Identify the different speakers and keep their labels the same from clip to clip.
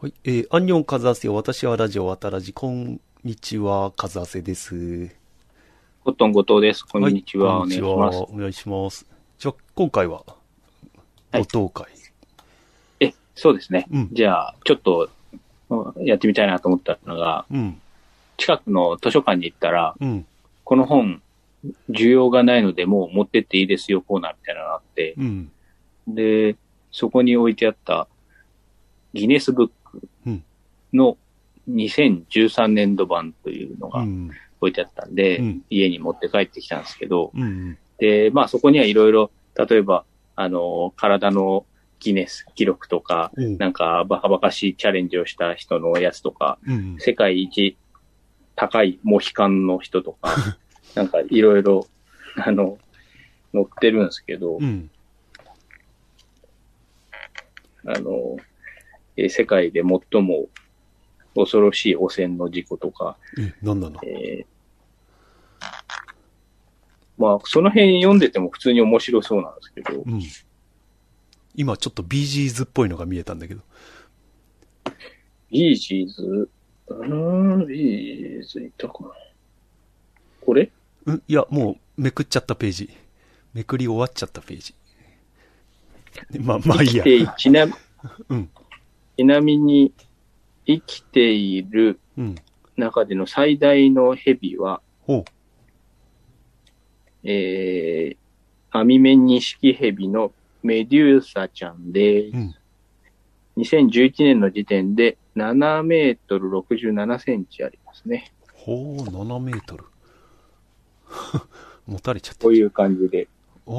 Speaker 1: はい、えー、アンニョンカズアセよ、私はラジオ渡らじ、こんにちは、カズアセです。
Speaker 2: コットン後藤です。こんにちは。
Speaker 1: こんにち
Speaker 2: お願いします。
Speaker 1: お願いします。じゃあ、今回は、
Speaker 2: はい
Speaker 1: 後藤会。
Speaker 2: え、そうですね。
Speaker 1: うん
Speaker 2: じゃあ、ちょっと、うんやってみたいなと思ったのが、
Speaker 1: うん、
Speaker 2: 近くの図書館に行ったら、
Speaker 1: うん、
Speaker 2: この本、需要がないので、もう持ってっていいですよ、コーナーみたいなのがあって、
Speaker 1: うん、
Speaker 2: で、そこに置いてあった、ギネスブックの2013年度版というの
Speaker 1: う
Speaker 2: が
Speaker 1: ん、
Speaker 2: 置いてあったんで、
Speaker 1: うん
Speaker 2: 家に持って帰ってきたんですけど、
Speaker 1: うん、
Speaker 2: で、まあそこにはいろいろ、例えば、あの、体のギネス記録とか、
Speaker 1: おう
Speaker 2: なんかバカバカしいチャレンジをした人のやつとか、
Speaker 1: うん、
Speaker 2: 世界一高いモヒカンの人とか、なんかいろいろ、あの、載ってるんですけど、
Speaker 1: うん、
Speaker 2: あの、えー世界で最も恐ろしい汚染の事故とか、
Speaker 1: え、なんなの
Speaker 2: えーまあ、その辺読んでても普通に面白そうなんですけど、
Speaker 1: うん。今、ちょっと BGs っぽいのが見えたんだけど。
Speaker 2: ビージーズ、うーん、ビージーズいたかな。これ
Speaker 1: うん、いや、もう、めくっちゃったページ。めくり終わっちゃったページ。でまあ、まあいいや。
Speaker 2: 生きていちな、
Speaker 1: うん
Speaker 2: ちなみに、生きている
Speaker 1: うん、
Speaker 2: 中での最大のヘビは、
Speaker 1: ほう。
Speaker 2: えー、アミメニシキヘビのメデューサちゃんです。
Speaker 1: うん
Speaker 2: 2011年の時点で7メートル67センチありますね。
Speaker 1: ほう、7メートル。 持たれちゃった
Speaker 2: こう。いう感じで。
Speaker 1: あ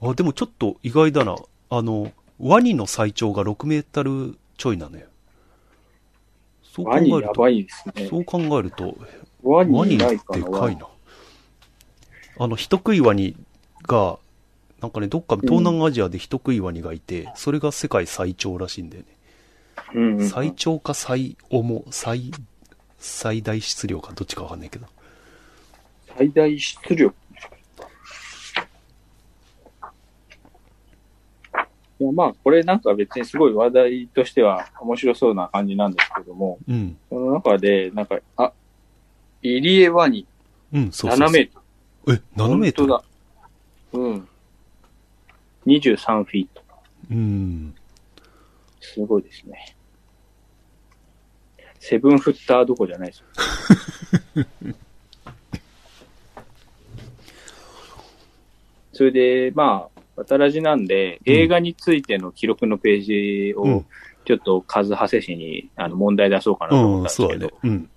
Speaker 1: あ。あ、でもちょっと意外だな。あの、ワニの最長が6メートルちょいなのよ。そう考
Speaker 2: ワ
Speaker 1: え
Speaker 2: ニ
Speaker 1: る
Speaker 2: や
Speaker 1: と
Speaker 2: ば、いですね。
Speaker 1: そう考えると、
Speaker 2: ワ
Speaker 1: ワ
Speaker 2: ニ
Speaker 1: ニ
Speaker 2: い
Speaker 1: で
Speaker 2: な
Speaker 1: か
Speaker 2: いかな。ワ
Speaker 1: い
Speaker 2: ニ
Speaker 1: な。あの、人食いワニが、なんかね、どっか東南アジアで人食いワニがいて、それが世界最長らしいんだよね。
Speaker 2: うんうん
Speaker 1: 最長か最重、最、最大質量かどっちかわかんないけど。
Speaker 2: 最大出力。いやまあ、これなんか別にすごい話題としては面白そうな感じなんですけども、
Speaker 1: うん。
Speaker 2: その中で、なんか、あ、イリエワニ、
Speaker 1: うん、そうそうそう
Speaker 2: 7メート
Speaker 1: え、
Speaker 2: ル。
Speaker 1: 7メートル
Speaker 2: 本当だ。うん。23フィート。
Speaker 1: うん。
Speaker 2: すごいですね。セブンフッターどこじゃないです。 それで、まあ、渡らじなんで、映画についての記録のページ
Speaker 1: う
Speaker 2: を
Speaker 1: ん、
Speaker 2: ちょっと数長谷氏にあの問題出そうかなと思ったん
Speaker 1: うん、
Speaker 2: です
Speaker 1: そう
Speaker 2: け
Speaker 1: だ
Speaker 2: ど、
Speaker 1: ね。うん。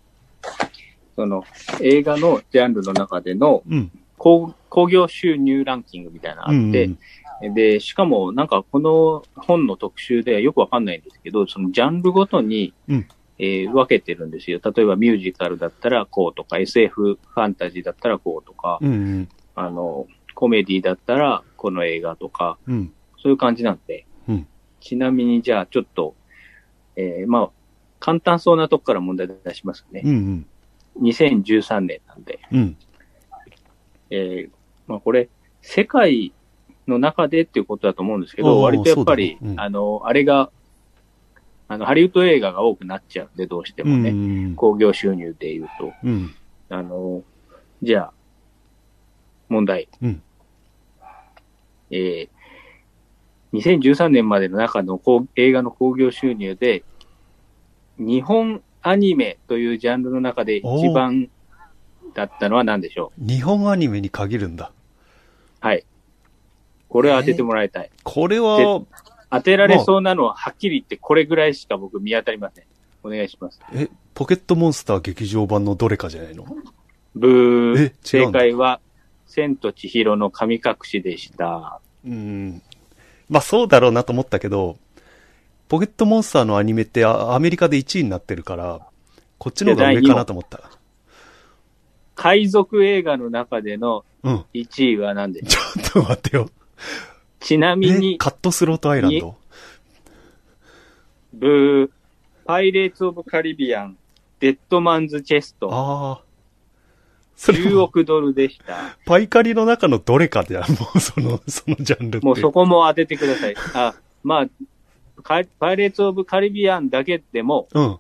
Speaker 2: その映画のジャンルの中での
Speaker 1: うん。
Speaker 2: 興興行収入ランキングみたいなのあって、
Speaker 1: うん
Speaker 2: で、しかも、なんかこの本の特集でよくわかんないんですけど、そのジャンルごとに、
Speaker 1: うん
Speaker 2: えー分けてるんですよ。例えばミュージカルだったらこうとか、SF ファンタジーだったらこうとか、
Speaker 1: うん。うん
Speaker 2: あの、コメディだったらこの映画とか、
Speaker 1: うん。うん。
Speaker 2: そういう感じなんで。
Speaker 1: うん
Speaker 2: ちなみに、じゃあちょっと、えーまあ、簡単そうなとこから問題出しますね
Speaker 1: う。ん。
Speaker 2: 2013年なんで。
Speaker 1: うん。
Speaker 2: えーまあ、これ、世界の中でっていうことだと思うんですけど、
Speaker 1: おー
Speaker 2: 割とやっぱり、
Speaker 1: そうだねうん
Speaker 2: あの、あれが、あの、ハリウッド映画が多くなっちゃうんで、どうして
Speaker 1: う
Speaker 2: もね。
Speaker 1: ん。
Speaker 2: 興行収入で言うと。
Speaker 1: うん。
Speaker 2: あの、じゃあ、問題。
Speaker 1: うん
Speaker 2: えー、2013年までの中の興映画の興行収入で、日本アニメというジャンルの中で一番だったのは何でしょう
Speaker 1: 日本アニメに限るんだ。
Speaker 2: はい。これは当ててもらいたい。
Speaker 1: これは、
Speaker 2: 当てられそうなのははっきり言ってこれぐらいしか僕見当たりません。お願いします。
Speaker 1: え、ポケットモンスター劇場版のどれかじゃないの
Speaker 2: ブ
Speaker 1: え
Speaker 2: ー
Speaker 1: 違。う
Speaker 2: 正
Speaker 1: んだ
Speaker 2: 解は、千と千尋の神隠しでした。
Speaker 1: うん。まあそうだろうなと思ったけど、ポケットモンスターのアニメってあアメリカで1位になってるから、こっちの方が上かなと思った。
Speaker 2: 海賊映画の中での
Speaker 1: うん。
Speaker 2: 1位は何でしょ
Speaker 1: ちょっと待ってよ。
Speaker 2: うちなみ
Speaker 1: え、
Speaker 2: に、
Speaker 1: カットスロートアイランド
Speaker 2: ブー。パイレーツ・オブ・カリビアン、デッドマンズ・チェスト、
Speaker 1: ああ。それ
Speaker 2: 10
Speaker 1: も、
Speaker 2: 億ドルでした。
Speaker 1: パイカリの中の どれかじゃん、もうその、そのジャンルって。
Speaker 2: もうそこも当ててください。あ、まあ、カリパイレーツ・オブ・カリビアンだけでも、
Speaker 1: うん。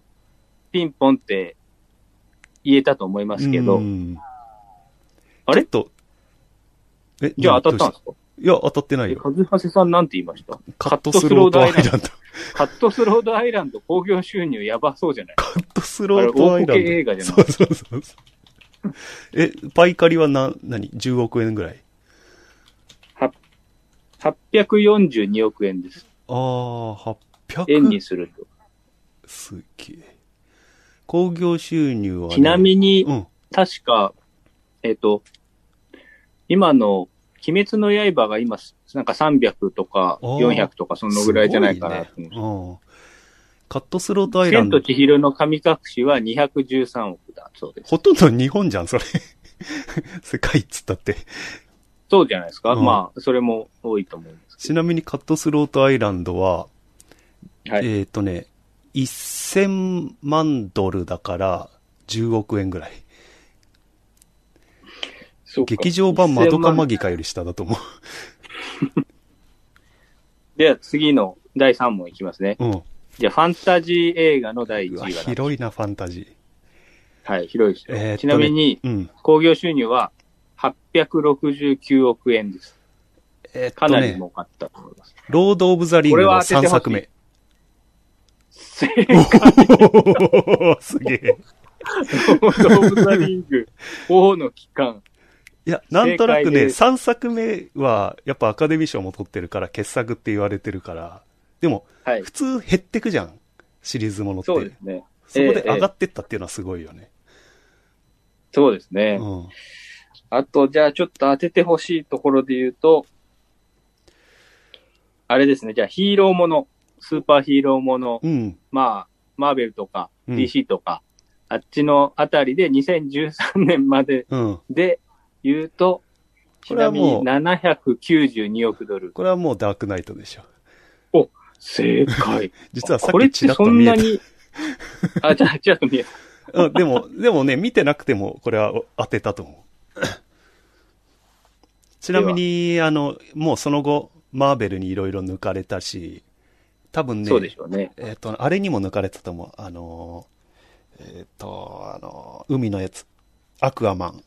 Speaker 2: ピンポンって言えたと思いますけど、
Speaker 1: うん
Speaker 2: あれ
Speaker 1: ちょっと。え、
Speaker 2: じゃあ当たったん
Speaker 1: た
Speaker 2: ですか
Speaker 1: いや、当たってない
Speaker 2: え、
Speaker 1: よ。
Speaker 2: カズハセさんなんて言いました
Speaker 1: カットスロートアイラン
Speaker 2: カ
Speaker 1: ド。
Speaker 2: カットスロードアイランド興行収入やばそうじゃない
Speaker 1: カットスロートアイラ
Speaker 2: あれ大
Speaker 1: ンド。
Speaker 2: ボケ映画じゃ
Speaker 1: そ
Speaker 2: な
Speaker 1: うそうそうそう。え、パイカリはな、何 ?10 億円ぐらい
Speaker 2: ?842 億円です。
Speaker 1: ああ、
Speaker 2: 円
Speaker 1: 800。
Speaker 2: にすると。
Speaker 1: すげえ。興行収入は、ね、
Speaker 2: ちなみに、
Speaker 1: うん。
Speaker 2: 確か、えっ、と、今の、鬼滅の刃が今、なんか300とか
Speaker 1: あー
Speaker 2: 400とかそのぐらいじゃないかなと
Speaker 1: すご
Speaker 2: 思
Speaker 1: いうねうん。カットスロートアイラ
Speaker 2: 千
Speaker 1: ンド
Speaker 2: と。千尋の神隠しは213億だそうです。
Speaker 1: ほとんど日本じゃん、それ。 世界っつったって。
Speaker 2: そうじゃないですか、
Speaker 1: うん
Speaker 2: まあ、それも多いと思うんですけ
Speaker 1: ちなみにカットスロートアイランドは、
Speaker 2: ど。はい。
Speaker 1: えっ、とね、1000万ドルだから10億円ぐらい。
Speaker 2: そうか
Speaker 1: 劇場版マドカマギカより下だと思
Speaker 2: では次の第3問いきますね。
Speaker 1: う。うん。
Speaker 2: じゃあ、ファンタジー映画の第1
Speaker 1: うわ
Speaker 2: 位は何
Speaker 1: 広いな、ファンタジ
Speaker 2: はい、広いですよ。
Speaker 1: えーっとね
Speaker 2: ちなみに、
Speaker 1: ー。うん。
Speaker 2: 興行収入は869億円です。
Speaker 1: えーっ
Speaker 2: か
Speaker 1: と
Speaker 2: なり
Speaker 1: ね
Speaker 2: 儲、かったと思います。
Speaker 1: ロード・オブ・ザ・リングの3作目。
Speaker 2: 正
Speaker 1: おおすげえ。
Speaker 2: ロード・オブ・ザ・リン グ、王の期間。
Speaker 1: いや、なんとなく
Speaker 2: 正解
Speaker 1: ね、
Speaker 2: です
Speaker 1: 3作目は、やっぱアカデミー賞も取ってるから、傑作って言われてるから、でも、
Speaker 2: はい
Speaker 1: 普。通減ってくじゃん、シリーズものって。
Speaker 2: そうですね。
Speaker 1: そこで
Speaker 2: ええ
Speaker 1: 上がってったっていうのはすごいよね。
Speaker 2: そうですね。
Speaker 1: うん。
Speaker 2: あと、じゃあちょっと当ててほしいところで言うと、あれですね。じゃあヒーローもの、スーパーヒーローもの、
Speaker 1: うん。
Speaker 2: まあ、マーベルとか、
Speaker 1: うん
Speaker 2: DC とか、あっちのあたりで2013年まで
Speaker 1: うん。
Speaker 2: で言うと、ち
Speaker 1: これ
Speaker 2: な
Speaker 1: は
Speaker 2: みに
Speaker 1: もう
Speaker 2: 792億ドル。
Speaker 1: これはもうダークナイトでしょ。
Speaker 2: 正解。
Speaker 1: 実はさ
Speaker 2: こ
Speaker 1: っ
Speaker 2: れっ
Speaker 1: きち
Speaker 2: て
Speaker 1: らっ
Speaker 2: そ
Speaker 1: と
Speaker 2: ん
Speaker 1: 見
Speaker 2: な
Speaker 1: えた。
Speaker 2: に、あ、じゃあ、ちらっと見えた。
Speaker 1: うん、でも、でもね、見てなくても、これは当てたと思う。 ちなみに、あの、もうその後、マーベルにいろいろ抜かれたし、多分ね
Speaker 2: そう、でしょうね。
Speaker 1: えっ、と、あれにも抜かれてたと思う。あのー、えっ、と、あのー、海のやつ。アクアマン。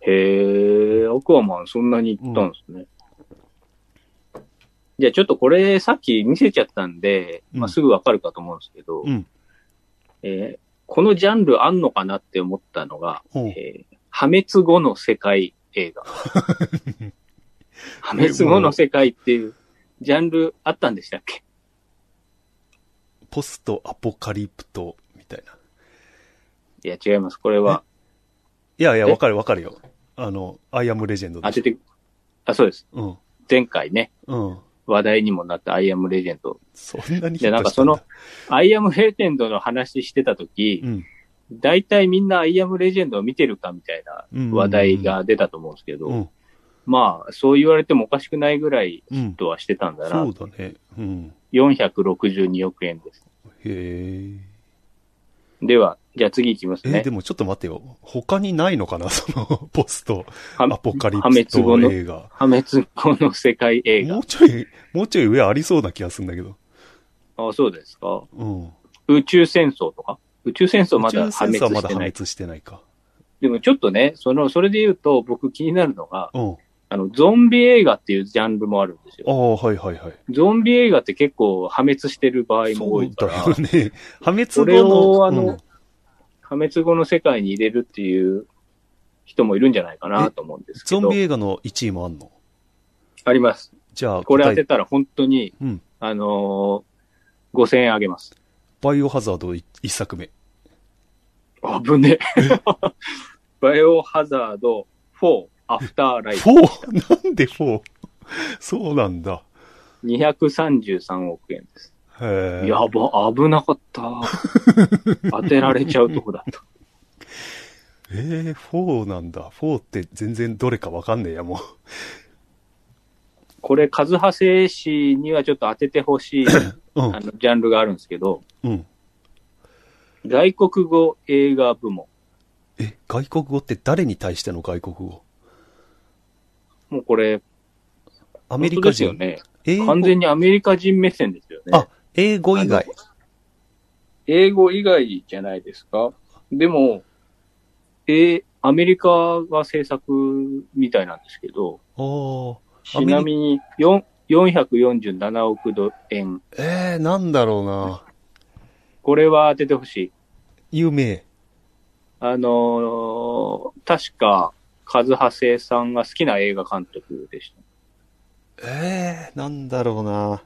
Speaker 2: へえ、アクアマンそんなに行ったんですね。じゃあちょっとこれさっき見せちゃったんで、
Speaker 1: うん
Speaker 2: まあ、すぐわかるかと思うんですけど、
Speaker 1: うん。
Speaker 2: えーこのジャンルあんのかなって思ったのが、
Speaker 1: ほう
Speaker 2: えー破滅後の世界 映画。破滅後の世界っていうジャンルあったんでしたっけ
Speaker 1: ポストアポカリプトみたいな。
Speaker 2: いや違います。これはい
Speaker 1: やいや、
Speaker 2: え
Speaker 1: わかるわかるよ。あの、アイアムレジェンド
Speaker 2: 当
Speaker 1: でしてょ。
Speaker 2: て、あ、そうです。
Speaker 1: うん。
Speaker 2: 前回ね、
Speaker 1: うん。
Speaker 2: 話題にもなったアイアムレジェンド。
Speaker 1: そんなに
Speaker 2: いやなんか
Speaker 1: しただ
Speaker 2: その、アイアムレジェンドの話してた時
Speaker 1: うん
Speaker 2: 大体みんなアイアムレジェンドを見てるかみたいな
Speaker 1: うん。
Speaker 2: 話題が出たと思うんですけど、
Speaker 1: うん。
Speaker 2: まあ、そう言われてもおかしくないぐらい
Speaker 1: うん。
Speaker 2: とはしてたんだ
Speaker 1: そ
Speaker 2: な
Speaker 1: う。だね。うん。
Speaker 2: 462億円です。
Speaker 1: へえ。
Speaker 2: では、じゃあ次行きます
Speaker 1: え
Speaker 2: ね
Speaker 1: で。もちょっと待ってよ。他にないのかな その、ポスト
Speaker 2: は
Speaker 1: アポカリ
Speaker 2: 破
Speaker 1: プ
Speaker 2: 滅後
Speaker 1: ト
Speaker 2: の、
Speaker 1: 映画。
Speaker 2: 破滅後の世界映
Speaker 1: もうちょい、もうちょい上ありそうな気がするんだけど。
Speaker 2: 画。あそうですか。
Speaker 1: うん。
Speaker 2: 宇宙戦争とか宇宙戦争まだ
Speaker 1: 宇宙戦
Speaker 2: 破滅
Speaker 1: 争はま
Speaker 2: し
Speaker 1: だ
Speaker 2: て
Speaker 1: 破
Speaker 2: ない。
Speaker 1: 滅してないか。
Speaker 2: でもちょっとね、その、それで言うと僕気になるのが、
Speaker 1: うん。
Speaker 2: あの、ゾンビ映画っていうジャンルもあるんですよ
Speaker 1: あ。あ、はいはいはい。
Speaker 2: ゾンビ映画って結構破滅してる場合も
Speaker 1: そ
Speaker 2: 多
Speaker 1: う
Speaker 2: いから
Speaker 1: だ。よね。 破滅後
Speaker 2: これを
Speaker 1: の、
Speaker 2: あの、
Speaker 1: うん
Speaker 2: 破滅後の世界に入れるっていう人もいるんじゃないかなと思うんですけ
Speaker 1: ゾン
Speaker 2: ど
Speaker 1: ビ。映画の1位もあんの
Speaker 2: あります。
Speaker 1: じゃあ、
Speaker 2: これ当
Speaker 1: 答え
Speaker 2: てたら本当に、
Speaker 1: うん
Speaker 2: あのー、5000円あげます。
Speaker 1: バイオハザード1作目。
Speaker 2: 危ねえ。 バイオハザード4アフターライフ
Speaker 1: 4! なんで 4? そうなんだ。
Speaker 2: 233億円です。
Speaker 1: へえ。
Speaker 2: やば、危なかった。 当てられちゃうとこだった。
Speaker 1: えー、4なんだ。4って全然どれかわかんねえや、も
Speaker 2: これ、カズハセ氏にはちょっと当ててほし いあ
Speaker 1: う。うん。
Speaker 2: のジャンルがあるんですけど、
Speaker 1: うん。
Speaker 2: 外国語映画部門。
Speaker 1: え、外国語って誰に対しての外国語
Speaker 2: もうこれ、
Speaker 1: アメリカ人、
Speaker 2: 本当ですよね。
Speaker 1: 英語
Speaker 2: 完全にアメリカ人目線ですよね。
Speaker 1: あ英語以外。
Speaker 2: 英語以外じゃないですか。でも、えーアメリカが制作みたいなんですけど、
Speaker 1: おーアメリ
Speaker 2: ちなみに4 447億ドル円。
Speaker 1: えー、なんだろうな。
Speaker 2: これは当ててほしい。
Speaker 1: 有名。
Speaker 2: あのー確か、カズハセイさんが好きな映画監督でした。
Speaker 1: えー、なんだろうな。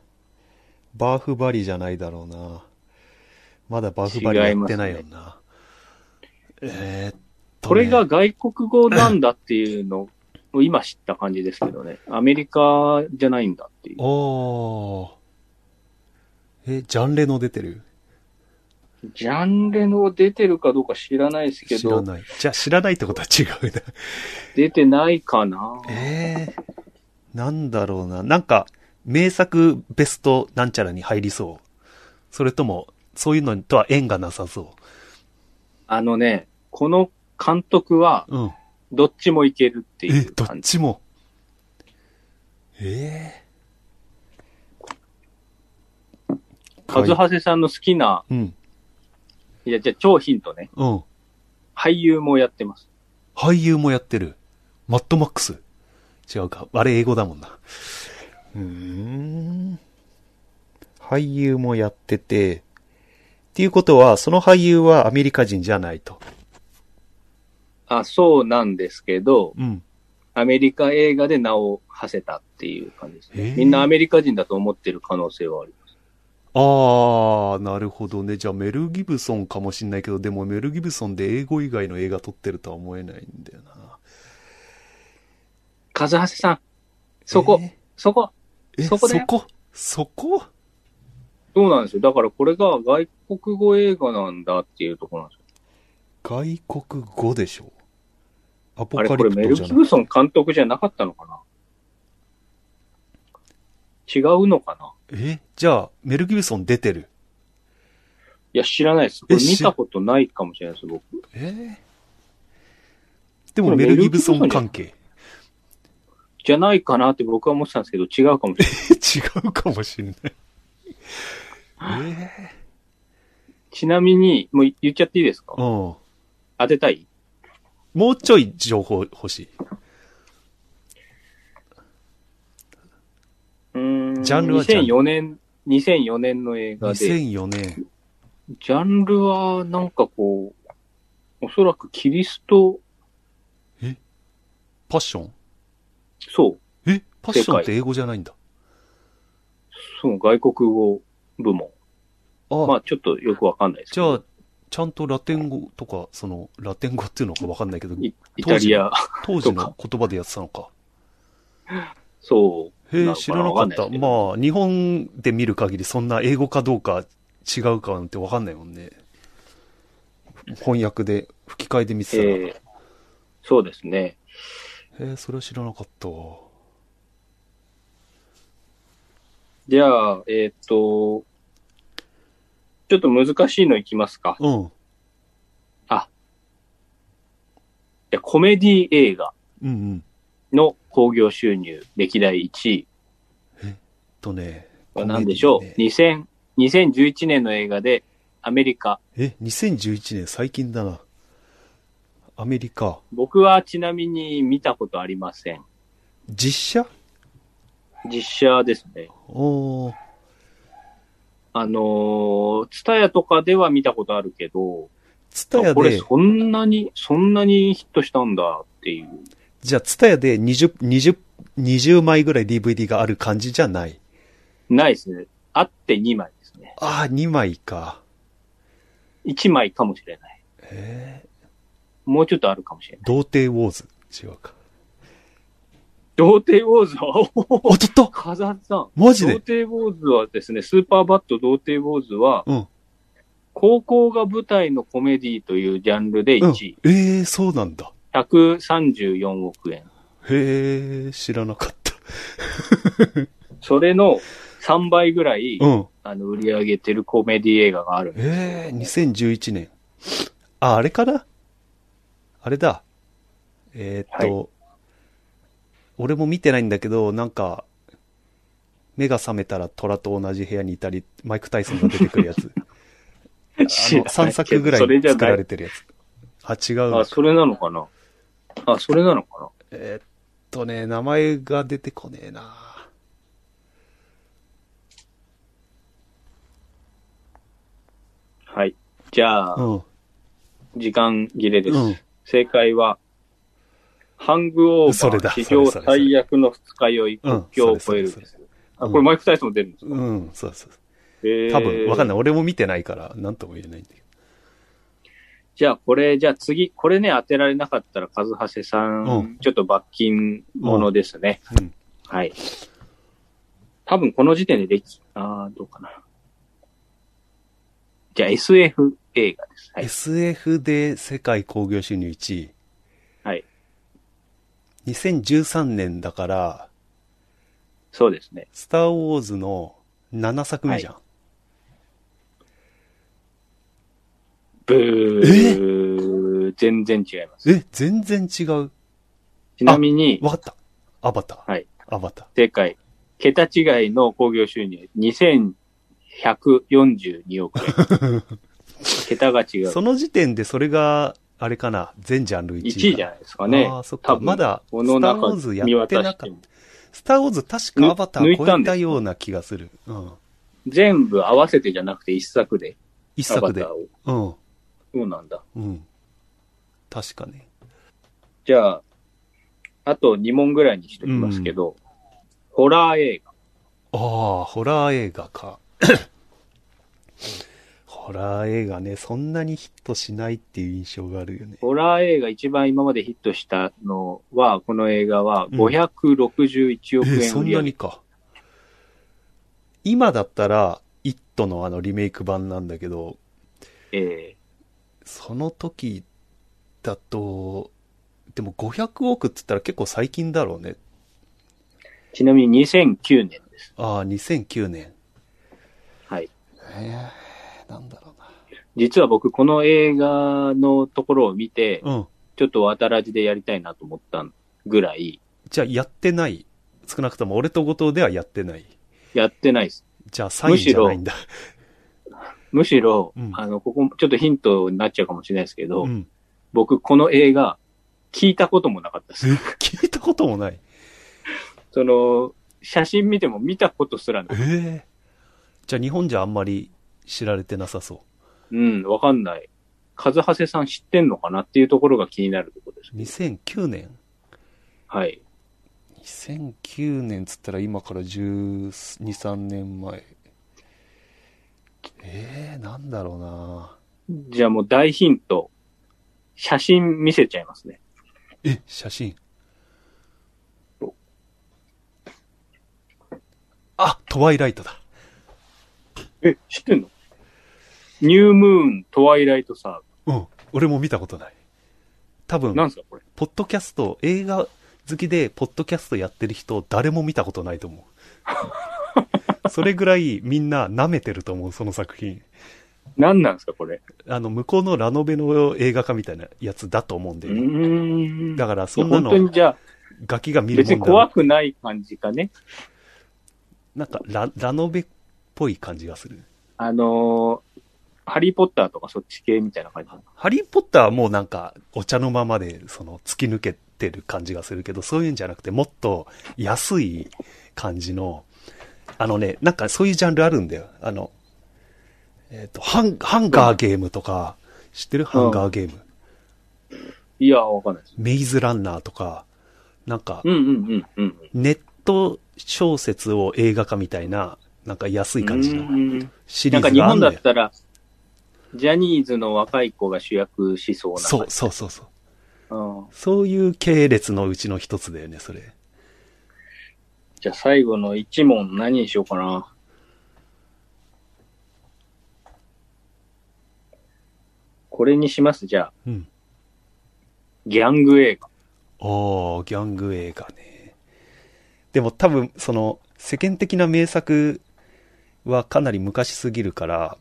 Speaker 1: バーフバリじゃないだろうな。まだバーフバリやってないよな。えーっと、ね。
Speaker 2: これが外国語なんだっていうのを今知った感じですけどね。アメリカじゃないんだっていう。
Speaker 1: おー。え、ジャンレの出てる
Speaker 2: ジャンルの出てるかどうか知らないですけ
Speaker 1: 知ら
Speaker 2: ど、
Speaker 1: ない。じゃあ知らないってことは違う な。
Speaker 2: 出てないかな。
Speaker 1: えー、なんだろうな。なんか、名作ベストなんちゃらに入りそう。それとも、そういうのとは縁がなさそ
Speaker 2: あのね、この監督は
Speaker 1: う。うん。
Speaker 2: どっちもいけるって
Speaker 1: え、
Speaker 2: いう
Speaker 1: どっ
Speaker 2: 感じ。
Speaker 1: ちも。ええ
Speaker 2: カズハセさんの好きな、
Speaker 1: うん、
Speaker 2: いや、じゃあ超ヒントね。
Speaker 1: うん。
Speaker 2: 俳優もやってます。
Speaker 1: 俳優もやってる。マッドマックス。違うか。あれ英語だもんな。うーん。俳優もやってて、っていうことは、その俳優はアメリカ人じゃないと。
Speaker 2: あ、そうなんですけど、
Speaker 1: うん。
Speaker 2: アメリカ映画で名を馳せたっていう感じです
Speaker 1: へ
Speaker 2: ね
Speaker 1: ー。
Speaker 2: みんなアメリカ人だと思ってる可能性はある。
Speaker 1: あー、なるほどね。じゃあメル・ギブソンかもしんないけど、でもメル・ギブソンで英語以外の映画撮ってるとは思えないんだよな。
Speaker 2: カズハセさん、そこ、
Speaker 1: え
Speaker 2: そこ、
Speaker 1: ーえ
Speaker 2: そこだよ
Speaker 1: そこそこ
Speaker 2: そうなんですよ。だからこれが外国語映画なんだっていうところなんですよ。
Speaker 1: 外国語でしょアポ
Speaker 2: あれ、
Speaker 1: カ
Speaker 2: こ
Speaker 1: リ
Speaker 2: れ
Speaker 1: プ
Speaker 2: メ
Speaker 1: ト
Speaker 2: ル・
Speaker 1: じゃ
Speaker 2: ギ
Speaker 1: ない。
Speaker 2: ブソン監督じゃなかったのかな違うのかな
Speaker 1: えじゃあ、メル・ギブソン出てる。
Speaker 2: いや、知らないです。これ
Speaker 1: え
Speaker 2: 見
Speaker 1: 知
Speaker 2: たことないかもしれないです、僕。
Speaker 1: えーでもメル・ギブソン関係。
Speaker 2: じゃないかなって僕は思ってたんですけど、違うかも しれない。
Speaker 1: 違うかもしんない。え
Speaker 2: ちなみに、もう言っちゃっていいですか
Speaker 1: ーうん。
Speaker 2: 当てたい
Speaker 1: もうちょい情報欲しい。
Speaker 2: うーん
Speaker 1: ジャンルはジャンル
Speaker 2: 2004年、2004年の映画で、
Speaker 1: 2004年。
Speaker 2: ジャンルはなんかこう、おそらくキリスト、
Speaker 1: パッション
Speaker 2: そう、
Speaker 1: えパッションって英語じゃないんだ。
Speaker 2: そう、外国語部門。
Speaker 1: あ、
Speaker 2: まあちょっとよくわかんないですけ
Speaker 1: じ
Speaker 2: ど。
Speaker 1: ゃあ、ちゃんとラテン語とか、その、ラテン語っていうのかわかんないけど、
Speaker 2: いイタリア、
Speaker 1: 当時の言葉でやってたのか。
Speaker 2: そう。
Speaker 1: へ
Speaker 2: の
Speaker 1: え、知らなか
Speaker 2: わ
Speaker 1: っ
Speaker 2: んいで
Speaker 1: た。
Speaker 2: すけど
Speaker 1: まあ、日本で見る限り、そんな英語かどうか違うかなんてわかんないもんね。翻訳で、吹き替えで見てたら。
Speaker 2: え
Speaker 1: へ
Speaker 2: ーそうですね。
Speaker 1: え、それは知らなかったわ。
Speaker 2: じゃあ、えーっと、ちょっと難しいのいきますか。
Speaker 1: うん、
Speaker 2: じゃあコメディ映画
Speaker 1: うん、うん。
Speaker 2: の興行収入歴代1位
Speaker 1: とね。
Speaker 2: は何でしょう、
Speaker 1: コメディね
Speaker 2: ?2000、2011年の映画でアメリカ。
Speaker 1: え、2011年、最近だな。アメリカ。
Speaker 2: 僕はちなみに見たことありません。
Speaker 1: 実写
Speaker 2: 実写ですね。
Speaker 1: おー。
Speaker 2: あのー、ツタヤとかでは見たことあるけど、
Speaker 1: ツタヤ
Speaker 2: これ
Speaker 1: で、
Speaker 2: そんなに、そんなにヒットしたんだっていう。
Speaker 1: じゃあ、ツタヤで20、20、20枚ぐらい DVD がある感じじゃない。
Speaker 2: ないですね。あって2枚ですね。
Speaker 1: ああ、2枚か。
Speaker 2: 1枚かもしれない。
Speaker 1: ええ
Speaker 2: もうちょっとあるかもしれない。
Speaker 1: 童貞ウォーズ。違うか。
Speaker 2: 童貞ウォーズは、おお
Speaker 1: あ、ちょっと
Speaker 2: 風間さん。
Speaker 1: マジ
Speaker 2: 童
Speaker 1: で
Speaker 2: 貞ウォーズはですね、スーパーバット童貞ウォーズは、
Speaker 1: うん
Speaker 2: 高校が舞台のコメディというジャンルで1
Speaker 1: うん
Speaker 2: 位。
Speaker 1: ええそうなんだ。
Speaker 2: 134億円。
Speaker 1: へえ、知らなかった。
Speaker 2: それの3倍ぐらい、
Speaker 1: うん。
Speaker 2: あの、売り上げてるコメディ映画があるんです
Speaker 1: ええ2011年。あ、あれかなあれだ。えーっと、俺も見てないんだけど、なんか、目が覚めたら虎と同じ部屋にいたり、マイク・タイソンが出てくるや つ。あの
Speaker 2: 知ら ないけど
Speaker 1: 3作ぐらい
Speaker 2: それじゃない
Speaker 1: 作られてるやつ。あ、違うの
Speaker 2: あ、それなのかなあ、それなのかな
Speaker 1: えーっとね、名前が出てこねえな
Speaker 2: はい。じゃあ、
Speaker 1: うん。
Speaker 2: 時間切れです。
Speaker 1: うん
Speaker 2: 正解は、ハングオ
Speaker 1: そ
Speaker 2: ー
Speaker 1: れ
Speaker 2: バ
Speaker 1: だ
Speaker 2: ー、史
Speaker 1: それそ
Speaker 2: 上
Speaker 1: れそれ
Speaker 2: 最悪の二日酔い、
Speaker 1: うん
Speaker 2: 国境を超える
Speaker 1: そ
Speaker 2: で
Speaker 1: れ
Speaker 2: す。
Speaker 1: れ
Speaker 2: あ、これマイク・タイソン出るんですか
Speaker 1: うん、そうそう。
Speaker 2: へー
Speaker 1: 多分、わかんない。俺も見てないから、なんとも言えないんだけど。
Speaker 2: じゃあこれ、じゃあ次、これね、当てられなかったら、カズハセさん、
Speaker 1: う
Speaker 2: ちょっと罰金ものですね。
Speaker 1: うん。
Speaker 2: はい。多分この時点ででき、あーどうかな。じゃあ SF 映画です。はい。
Speaker 1: SF で世界興行収入1位。
Speaker 2: はい。
Speaker 1: 2013年だから、
Speaker 2: そうですね。
Speaker 1: スター・ウォーズの7作目じゃん。
Speaker 2: ブー。全然違います。
Speaker 1: え、全然違う。
Speaker 2: ちなみに、
Speaker 1: わかった。アバター。
Speaker 2: はい。
Speaker 1: アバター。
Speaker 2: 正解。桁違いの興行収入、2142億円。 桁が違う。
Speaker 1: その時点でそれが、あれかな、全ジャンル1
Speaker 2: 1
Speaker 1: 位
Speaker 2: 位
Speaker 1: か。
Speaker 2: じゃないですかね
Speaker 1: あ。あ、そっ
Speaker 2: 多
Speaker 1: か。
Speaker 2: 分
Speaker 1: まだ、スタ
Speaker 2: この
Speaker 1: ー・ウォ
Speaker 2: 中
Speaker 1: ーズや
Speaker 2: 見
Speaker 1: って
Speaker 2: 渡
Speaker 1: な
Speaker 2: し
Speaker 1: か
Speaker 2: て
Speaker 1: っ
Speaker 2: も
Speaker 1: た。スター・ウォーズ確かアバタ
Speaker 2: 抜
Speaker 1: ー
Speaker 2: い
Speaker 1: 超
Speaker 2: たん
Speaker 1: え
Speaker 2: です
Speaker 1: たような気がする。うん。
Speaker 2: 全部合わせてじゃなくて一作で。
Speaker 1: 一
Speaker 2: アバ
Speaker 1: 作
Speaker 2: タ
Speaker 1: で
Speaker 2: ー。を。
Speaker 1: うん。
Speaker 2: そうなんだ。
Speaker 1: うん。確かね。
Speaker 2: じゃあ、あと2問ぐらいにしておきますけど、ホラー映画。
Speaker 1: ああ、ホラー映画か。 ホラー映画ね、そんなにヒットしないっていう印象があるよね。
Speaker 2: ホラー映画一番今までヒットしたのは、この映画は
Speaker 1: うん
Speaker 2: 561億
Speaker 1: えー
Speaker 2: 円
Speaker 1: そ
Speaker 2: 売
Speaker 1: ん
Speaker 2: り
Speaker 1: な
Speaker 2: 上げ。
Speaker 1: にか。今だったら、イットのあのリメイク版なんだけど、
Speaker 2: え
Speaker 1: その時だと、でも500億って言ったら結構最近だろうね。
Speaker 2: ーちなみに2009年です。
Speaker 1: ああ、2009年。
Speaker 2: はい。
Speaker 1: ええ、なんだろ
Speaker 2: 実は僕、この映画のところを見て
Speaker 1: う、な。うん。
Speaker 2: ちょっと渡らじでやりたいなと思ったぐらい、
Speaker 1: じゃあやってない。少なくとも俺と後藤ではやってない。
Speaker 2: やってないです。
Speaker 1: じゃあサインじゃないんだ。
Speaker 2: むしろ、
Speaker 1: うん
Speaker 2: あの、ここ、ちょっとヒントになっちゃうかもしれないですけど、
Speaker 1: うん。
Speaker 2: 僕、この映画、聞いたこともなかったです。
Speaker 1: 聞いたこともない。
Speaker 2: その、写真見ても見たことすらな
Speaker 1: ええ
Speaker 2: い。
Speaker 1: じゃあ日本じゃあんまり知られてなさそう。
Speaker 2: うん、わかんない。カズハセさん知ってんのかなっていうところが気になるところです。
Speaker 1: 2009年
Speaker 2: はい。
Speaker 1: 2009年っつったら今から12、3年前。ええなんだろうな
Speaker 2: じゃあもう大ヒント。写真見せちゃいますね。
Speaker 1: え、写真。あ、トワイライトだ。
Speaker 2: え、知ってんのニュームーン、トワイライトサ
Speaker 1: うん。俺も見たことない。多
Speaker 2: ー
Speaker 1: 分
Speaker 2: ブ。、なんすかこれ。
Speaker 1: ポッドキャスト、映画好きで、ポッドキャストやってる人、誰も見たことないと思 う。それぐらいみんな舐めてると思う、その作品。
Speaker 2: なんなんすかこれ。
Speaker 1: あの、向こうのラノベの映画化みたいなやつだと思うん
Speaker 2: う
Speaker 1: で、
Speaker 2: ーん。
Speaker 1: だから、そんな
Speaker 2: 本当に
Speaker 1: の、
Speaker 2: じゃあ、
Speaker 1: ガキが見る
Speaker 2: 別に
Speaker 1: もんだ
Speaker 2: 怖
Speaker 1: な。
Speaker 2: くない感じかね。
Speaker 1: なんかラ、ラノベっぽい感じがする。
Speaker 2: あのーハリーポッターとかそっち系みたいな感じ。
Speaker 1: ハリー・ポッターはもうなんか、お茶のままで、その、突き抜けてる感じがするけど、そういうんじゃなくて、もっと安い感じの、あのね、なんかそういうジャンルあるんだよ。あの、えっ、と、ハン、ハンガーゲームとか、知ってるハンガーゲーム。
Speaker 2: いや、わかんないです。
Speaker 1: メイズランナーとか、なんか
Speaker 2: う、んうんうんうんうん。
Speaker 1: ネット小説を映画化みたいな、なんか安い感じ
Speaker 2: う
Speaker 1: の
Speaker 2: ーん
Speaker 1: シリ
Speaker 2: なん
Speaker 1: ー
Speaker 2: か
Speaker 1: ズ
Speaker 2: 日
Speaker 1: がある
Speaker 2: 本
Speaker 1: ん
Speaker 2: だ
Speaker 1: だ
Speaker 2: っ
Speaker 1: よ。
Speaker 2: たら、ジャニーズの若い子が主役しそうな。
Speaker 1: そう、そうそうそう。
Speaker 2: うん。
Speaker 1: そういう系列のうちの一つだよね、それ。
Speaker 2: じゃあ最後の一問何にしようかな。これにします、じゃあ。
Speaker 1: うん。
Speaker 2: ギャング映画。
Speaker 1: おー、ギャング映画ね。でも多分、その、世間的な名作はかなり昔すぎるから、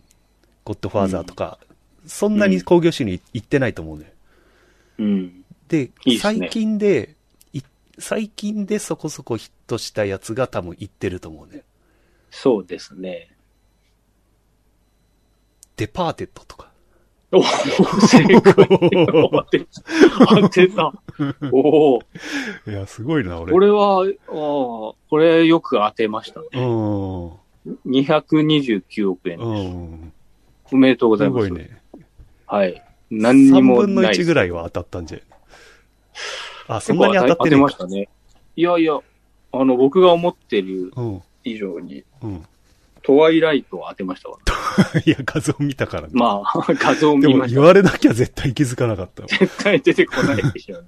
Speaker 1: ゴッドファーザーとか、そんなに興行収入いってないと思うね。
Speaker 2: うん。
Speaker 1: で、
Speaker 2: いいっすね
Speaker 1: 最近で、い最近でそこそこヒットしたやつが多分いってると思うね。
Speaker 2: そうですね。
Speaker 1: デパーテッドとか。
Speaker 2: おお、正解。当てた。当て た。おお、
Speaker 1: いや、すごいな、俺。
Speaker 2: これは、ああ、これよく当てましたね。
Speaker 1: うん。
Speaker 2: 229億円。
Speaker 1: うん。
Speaker 2: おめでとうござ
Speaker 1: す
Speaker 2: います。
Speaker 1: ごいね。
Speaker 2: はい。何にも
Speaker 1: 3分の
Speaker 2: ない。
Speaker 1: 1ぐらいは当たったんじゃないあ、そんなに当たってねえか。
Speaker 2: 結構当てましたね。いやいや、あの、僕が思ってる
Speaker 1: うん。
Speaker 2: 以上に、
Speaker 1: うん。
Speaker 2: トワイライトを当てましたわ。
Speaker 1: いや、画像見たからね。
Speaker 2: ま あ、画像
Speaker 1: で
Speaker 2: 見
Speaker 1: も
Speaker 2: まし
Speaker 1: 言われなきゃ絶対気づかなか ったわ。
Speaker 2: た。絶対出てこないで しょうね。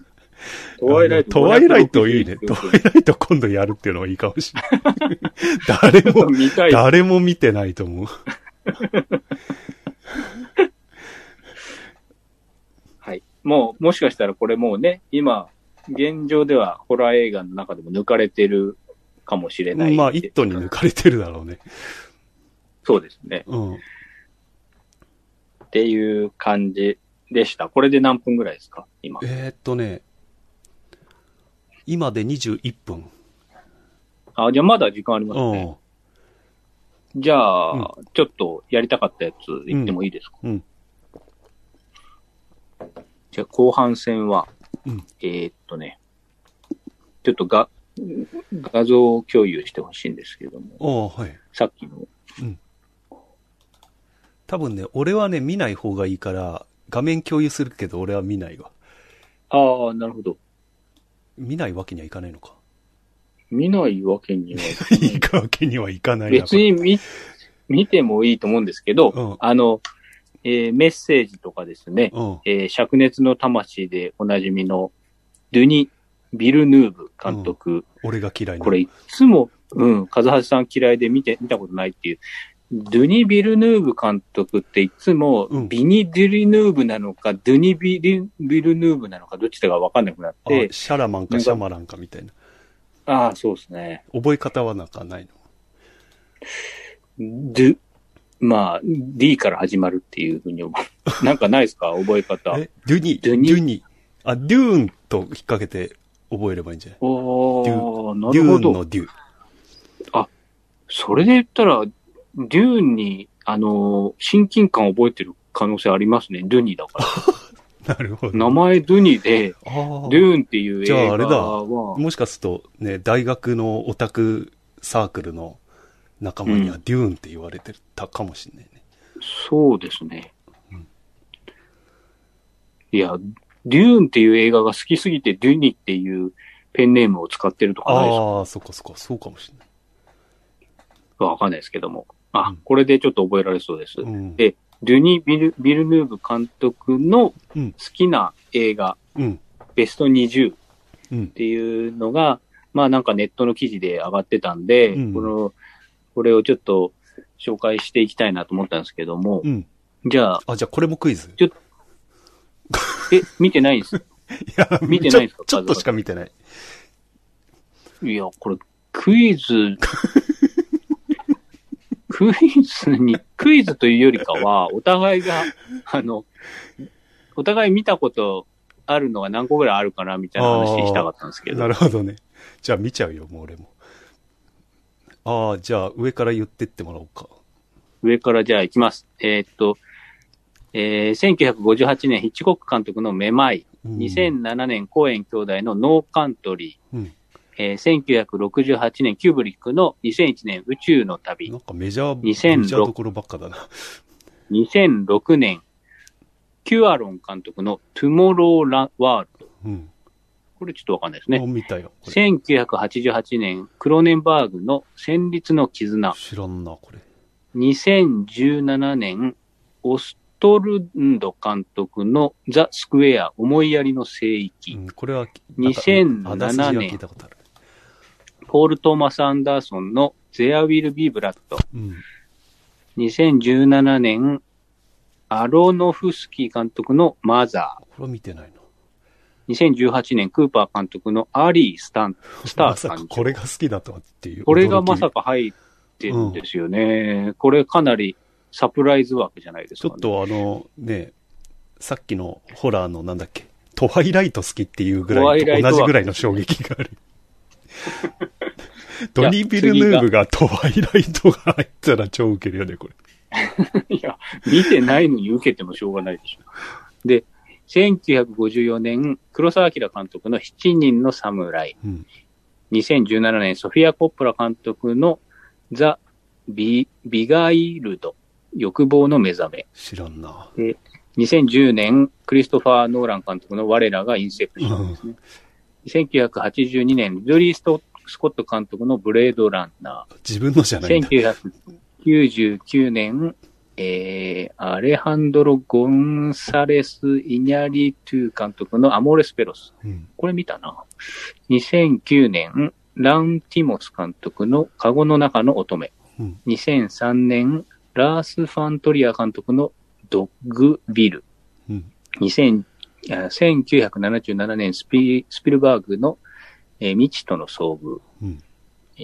Speaker 2: トワイライト。
Speaker 1: トワイライトいいね。トワイ
Speaker 2: 561
Speaker 1: ライト今度やるっていうのはいいかもしれない。 誰も、
Speaker 2: 見たい。
Speaker 1: 誰も見てないと思う。
Speaker 2: はい。もう、もしかしたらこれもうね、今、現状ではホラー映画の中でも抜かれてるかもしれない。
Speaker 1: まあ、一頭に抜かれてるだろうね。
Speaker 2: そうですね。
Speaker 1: うん。
Speaker 2: っていう感じでした。これで何分ぐらいですか今。
Speaker 1: えーっとね、今で21分。
Speaker 2: あ、じゃあまだ時間あります
Speaker 1: う
Speaker 2: ね。
Speaker 1: ん。
Speaker 2: じゃあ、
Speaker 1: うん
Speaker 2: ちょっとやりたかったやつ言ってもいいですか、
Speaker 1: うんうん
Speaker 2: じゃあ後半戦は、
Speaker 1: うん
Speaker 2: えーっとね、ちょっとが画像共有してほしいんですけども、
Speaker 1: おーはい。
Speaker 2: さっきの、
Speaker 1: 多分ね、俺はね、見ない方がいいから、画面共有するけど俺は見ないわ。
Speaker 2: ああ、なるほど。
Speaker 1: 見ないわけにはいかないのか。
Speaker 2: 見ないわけにはいいか
Speaker 1: い
Speaker 2: ない
Speaker 1: わけにはいかないな
Speaker 2: 別に見、見てもいいと思うんですけど、
Speaker 1: うん
Speaker 2: あの、えーメッセージとかですね、
Speaker 1: うん。
Speaker 2: えー灼熱の魂でおなじみのドゥニ・ビルヌーブ監督、
Speaker 1: 俺が嫌いな。
Speaker 2: これいつも、うん、和橋さん嫌いで見て、見たことないっていう、ドゥニ・ビルヌーブ監督っていつも、
Speaker 1: うん
Speaker 2: ビニ・デュリヌーブなのか、ドゥニ・ビリビルヌーブなのか、どっちだかわかんなくなっ
Speaker 1: あ
Speaker 2: て、
Speaker 1: シャラマンかシャマランかみたいな。
Speaker 2: ああ、そうですね。
Speaker 1: 覚え方はなんかないの。
Speaker 2: ドゥ、まあ、D から始まるっていうふうに思 う。なんかないですか覚え方。
Speaker 1: え、デュニ、
Speaker 2: デュニ
Speaker 1: デュニ。あ、デューンと引っ掛けて覚えればいいんじゃない
Speaker 2: お
Speaker 1: デ
Speaker 2: ー、な
Speaker 1: デ
Speaker 2: る
Speaker 1: ュー
Speaker 2: ほ
Speaker 1: ン
Speaker 2: ど。
Speaker 1: のデュ。
Speaker 2: それで言ったら、デューンに、あのー親近感を覚えてる可能性ありますね。ドゥニだから。
Speaker 1: なるほど。
Speaker 2: 名前ドゥニで、
Speaker 1: あ
Speaker 2: ド
Speaker 1: ー
Speaker 2: ゥーンっていう映
Speaker 1: じゃああ
Speaker 2: 画
Speaker 1: れだ
Speaker 2: は、
Speaker 1: もしかするとね、大学のオタクサークルの仲間には
Speaker 2: う
Speaker 1: デューンって言われてたかもしれないね。
Speaker 2: そうですね
Speaker 1: うん。
Speaker 2: いや、デューンっていう映画が好きすぎて、ドゥニっていうペンネームを使ってるとかないですか
Speaker 1: ああ、そっかそっか、そうかもしれない。
Speaker 2: わかんないですけども。あ、
Speaker 1: うん
Speaker 2: これでちょっと覚えられそうです。
Speaker 1: うん。
Speaker 2: でデュニ・ビルビルヌーブ監督の
Speaker 1: うん
Speaker 2: 好きな映画、
Speaker 1: うん。
Speaker 2: ベスト20っ
Speaker 1: うん。
Speaker 2: ていうのが、まあなんかネットの記事で上がってたんで、
Speaker 1: うん
Speaker 2: この、これをちょっと紹介していきたいなと思ったんですけども、
Speaker 1: うん。
Speaker 2: じゃあ、
Speaker 1: あ、じゃあこれもクイズ
Speaker 2: ちょえ、見てない んです。
Speaker 1: いや
Speaker 2: 見てないですか
Speaker 1: ちょちょっとしか見てない。
Speaker 2: いや、これ、クイズ、クイズに、クイズというよりかは、お互いが、あの、お互い見たことあるのが何個ぐらいあるかな、みたいな話したかったんですけど
Speaker 1: な。るほどね。じゃあ見ちゃうよ、もう俺も。ああ、じゃあ上から言ってってもらおうか。
Speaker 2: 上からじゃあ行きます。えーっと、えー1958年、ヒッチコック監督のめまい、
Speaker 1: うん
Speaker 2: 2007年、コーエン兄弟のノーカントリー、
Speaker 1: うん
Speaker 2: えー1968年、キューブリックの2001年、宇宙の旅
Speaker 1: な、んかメジャー、メジ
Speaker 2: 2006
Speaker 1: ャーどころばっかだな。
Speaker 2: 2006年、キュアロン監督のトゥモローラワールド。
Speaker 1: うん。
Speaker 2: これちょっとわかんないです
Speaker 1: あ
Speaker 2: ね。
Speaker 1: 見たよ、これ。
Speaker 2: 1988年、クロネンバーグの戦慄の絆。
Speaker 1: 知らんな、これ。
Speaker 2: 2017年、オストルンド監督のザ・スクエア、思いやりの聖
Speaker 1: う
Speaker 2: 域。
Speaker 1: ん、これは、なんか
Speaker 2: 2007
Speaker 1: あらすじは聞い
Speaker 2: 年、
Speaker 1: たことある。
Speaker 2: ポール・トーマス・アンダーソンのゼア・ウィル・ビー・ブラッド。
Speaker 1: うん。
Speaker 2: 2017年、アロノフスキー監督のマザー。
Speaker 1: これは見てないな。
Speaker 2: 2018年、クーパー監督のアリー・スタン、スタ
Speaker 1: ま
Speaker 2: ー
Speaker 1: さ
Speaker 2: さ
Speaker 1: か
Speaker 2: ん。
Speaker 1: これが好きだとはっていう。
Speaker 2: これがまさ
Speaker 1: か。
Speaker 2: か入ってるんですよね。これかなりサプライズ枠じゃないです
Speaker 1: ちょ
Speaker 2: か、
Speaker 1: っとあの、ね、さっきのホラーのなんだっけ、トワイライト好きっていうぐ
Speaker 2: ト
Speaker 1: ら
Speaker 2: ワ
Speaker 1: い
Speaker 2: イライ
Speaker 1: と
Speaker 2: トは
Speaker 1: 同じぐらいの衝撃がある。ドニー・ビルヌーブがトワイライトが入ったら超ウケるよね、これ。
Speaker 2: いや、見てないのに受けてもしょうがないでしょ。で、1954年、黒澤明監督の7人の侍。
Speaker 1: うん。
Speaker 2: 2017年、ソフィア・コッポラ監督のザ・ビビガイルド、欲望の目覚め。
Speaker 1: 知らんな。
Speaker 2: 2010年、クリストファー・ノーラン監督の我らがインセプションですね。1982年、リドリー・ストスコット監督のブレードランナ
Speaker 1: 自分のじゃないんだ。
Speaker 2: ー。1999年、えー、アレハンドロ・ゴンサレス・イニャリトゥ監督のアモーレス・ペロス。
Speaker 1: うん。
Speaker 2: これ見たな。2009年、ラン・ティモス監督のカゴの中の乙女。
Speaker 1: うん
Speaker 2: 2003年、ラース・ファントリア監督のドッグ・ビル。
Speaker 1: うん。
Speaker 2: 2000あ1977年スピ、スピルバーグの、えー未知との遭遇。
Speaker 1: うん。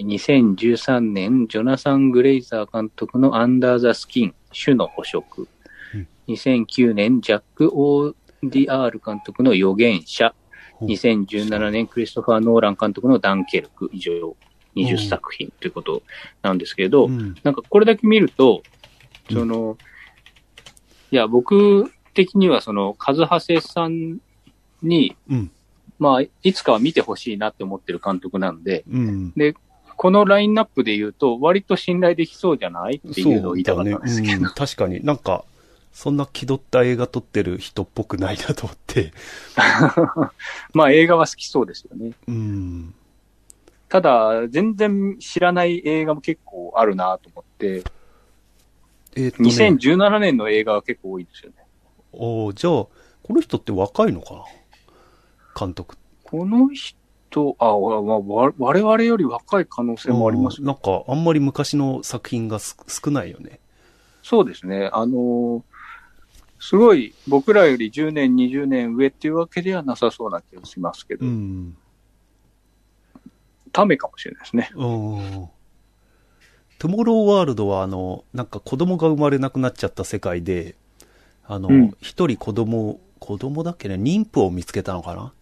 Speaker 2: 2013年、ジョナサン・グレイザー監督のアンダー・ザ・スキン、種の捕食
Speaker 1: うん。
Speaker 2: 2009年、ジャック・オーディアール監督の預言者。
Speaker 1: ほう
Speaker 2: 2017年、クリストファー・ノーラン監督のダンケルク以上
Speaker 1: うん
Speaker 2: 20作品ということなんですけれど、
Speaker 1: うん。
Speaker 2: なんかこれだけ見ると、
Speaker 1: うん
Speaker 2: その、いや、僕的にはその、カズハセさんに、
Speaker 1: うん。
Speaker 2: まあ、いつかは見てほしいなって思ってる監督なんで、
Speaker 1: うん。
Speaker 2: このラインナップで言うと、割と信頼できそうじゃないっていうのを言いたかったんですけど、
Speaker 1: うん確かになんか、そんな気取った映画撮ってる人っぽくないなと思って。
Speaker 2: まあ映画は好きそうですよね。
Speaker 1: うん。
Speaker 2: ただ、全然知らない映画も結構あるなと思って、
Speaker 1: えっ、と、ね、
Speaker 2: 2017年の映画は結構多いですよね。
Speaker 1: おーじゃあ、この人って若いのかな監督。
Speaker 2: この人、あ、わわわ我々より若い可能性もあります
Speaker 1: う
Speaker 2: ね。
Speaker 1: んなんか、あんまり昔の作品がす少ないよね。
Speaker 2: そうですね。あのーすごい僕らより10年、20年上っていうわけではなさそうな気がしますけど、
Speaker 1: うん。
Speaker 2: ためかもしれないですね。
Speaker 1: うん。トゥモローワールドは、あの、なんか子供が生まれなくなっちゃった世界で、あの
Speaker 2: うん、
Speaker 1: 一、人子供、子供だっけね、妊婦を見つけたのかな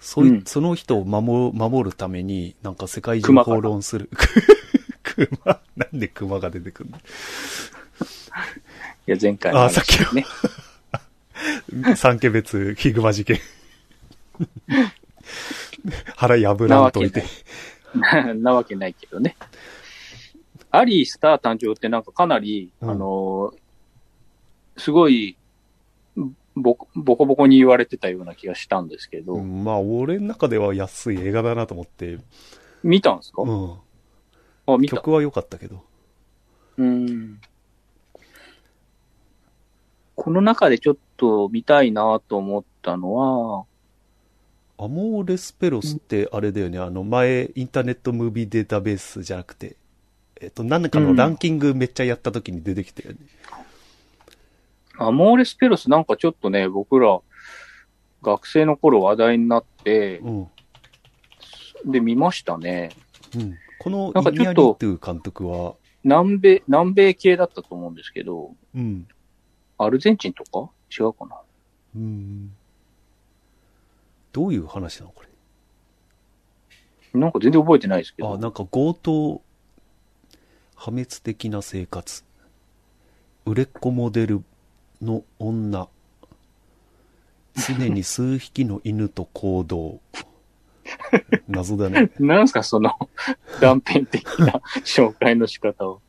Speaker 1: そい、
Speaker 2: うん
Speaker 1: その人を守守るために、なんか世界中
Speaker 2: 熊かな
Speaker 1: 放論する。 熊なんで熊が出てくる
Speaker 2: いや、前回
Speaker 1: あさっきの
Speaker 2: ね。
Speaker 1: の三家別ヒグマ事件。 腹破
Speaker 2: な
Speaker 1: らん
Speaker 2: わ
Speaker 1: と
Speaker 2: け
Speaker 1: い
Speaker 2: な
Speaker 1: て
Speaker 2: い。。 なわけないけどね。アリースター誕生ってなんかかなり、
Speaker 1: うん
Speaker 2: あのーすごい、ボコボコボコに言われてたような気がしたんですけど、
Speaker 1: うんまあ、俺の中では安い映画だなと思って、
Speaker 2: 見たんですか、
Speaker 1: うん。
Speaker 2: あ、見た。
Speaker 1: 曲は良かったけど。
Speaker 2: うん。この中でちょっと見たいなと思ったのは、
Speaker 1: アモーレスペロスってあれだよね、あの前、インターネットムービーデータベースじゃなくて、えっと、何かのランキングめっちゃやった時に出てきたよね。
Speaker 2: アモーレスペロスなんかちょっとね、僕ら、学生の頃話題になって、
Speaker 1: うん。
Speaker 2: で、見ましたね。
Speaker 1: うん。この
Speaker 2: なんか
Speaker 1: イ
Speaker 2: ち
Speaker 1: ニ
Speaker 2: ょ
Speaker 1: ア
Speaker 2: っ
Speaker 1: リ
Speaker 2: と
Speaker 1: トゥ監督は、
Speaker 2: 南米、南米系だったと思うんですけど、
Speaker 1: うん。
Speaker 2: アルゼンチンとか違うかな
Speaker 1: うん。どういう話なのこれ。
Speaker 2: なんか全然覚えてないですけど。
Speaker 1: あ、なんか強盗、破滅的な生活。売れっ子モデルの女。常に数匹の犬と行動。 謎だね。
Speaker 2: なんすかその断片的な 紹介の仕方を。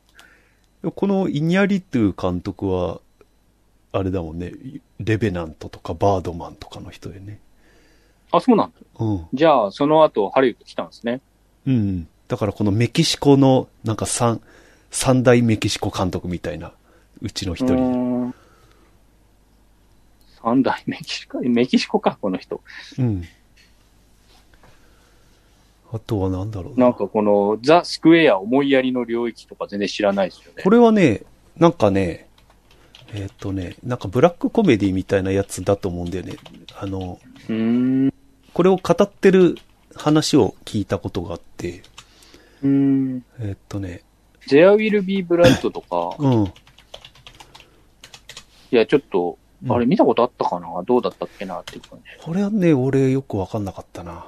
Speaker 1: このイニャリトゥ監督は、あれだもんね、レベナントとかバードマンとかの人でね。
Speaker 2: あ、そうなんだ。
Speaker 1: うん。
Speaker 2: じゃあ、その後、ハリウッド来たんですね。
Speaker 1: うん。だからこのメキシコの、なんか三、三大メキシコ監督みたいな、うちの一
Speaker 2: う
Speaker 1: 人。
Speaker 2: ーん三代メキシコ、 メキシコか、この人。
Speaker 1: うん。あとはなんだろうな
Speaker 2: なんかこの、ザ・スクエア思いやりの領域とか全然知らないですよね。
Speaker 1: これはね、なんかね、えーっ、とね、なんかブラックコメディみたいなやつだと思うんだよね。あの、
Speaker 2: うーん。う
Speaker 1: これを語ってる話を聞いたことがあって、
Speaker 2: ーん。
Speaker 1: えーっ、とね、
Speaker 2: ゼア・ウィル・ビー・ブラッドとか、
Speaker 1: うん。
Speaker 2: いや、ちょっと、
Speaker 1: うん
Speaker 2: あれ見たことあったかなどうだったっけなっていう感じ。
Speaker 1: これはね、俺よくわかんなかったな。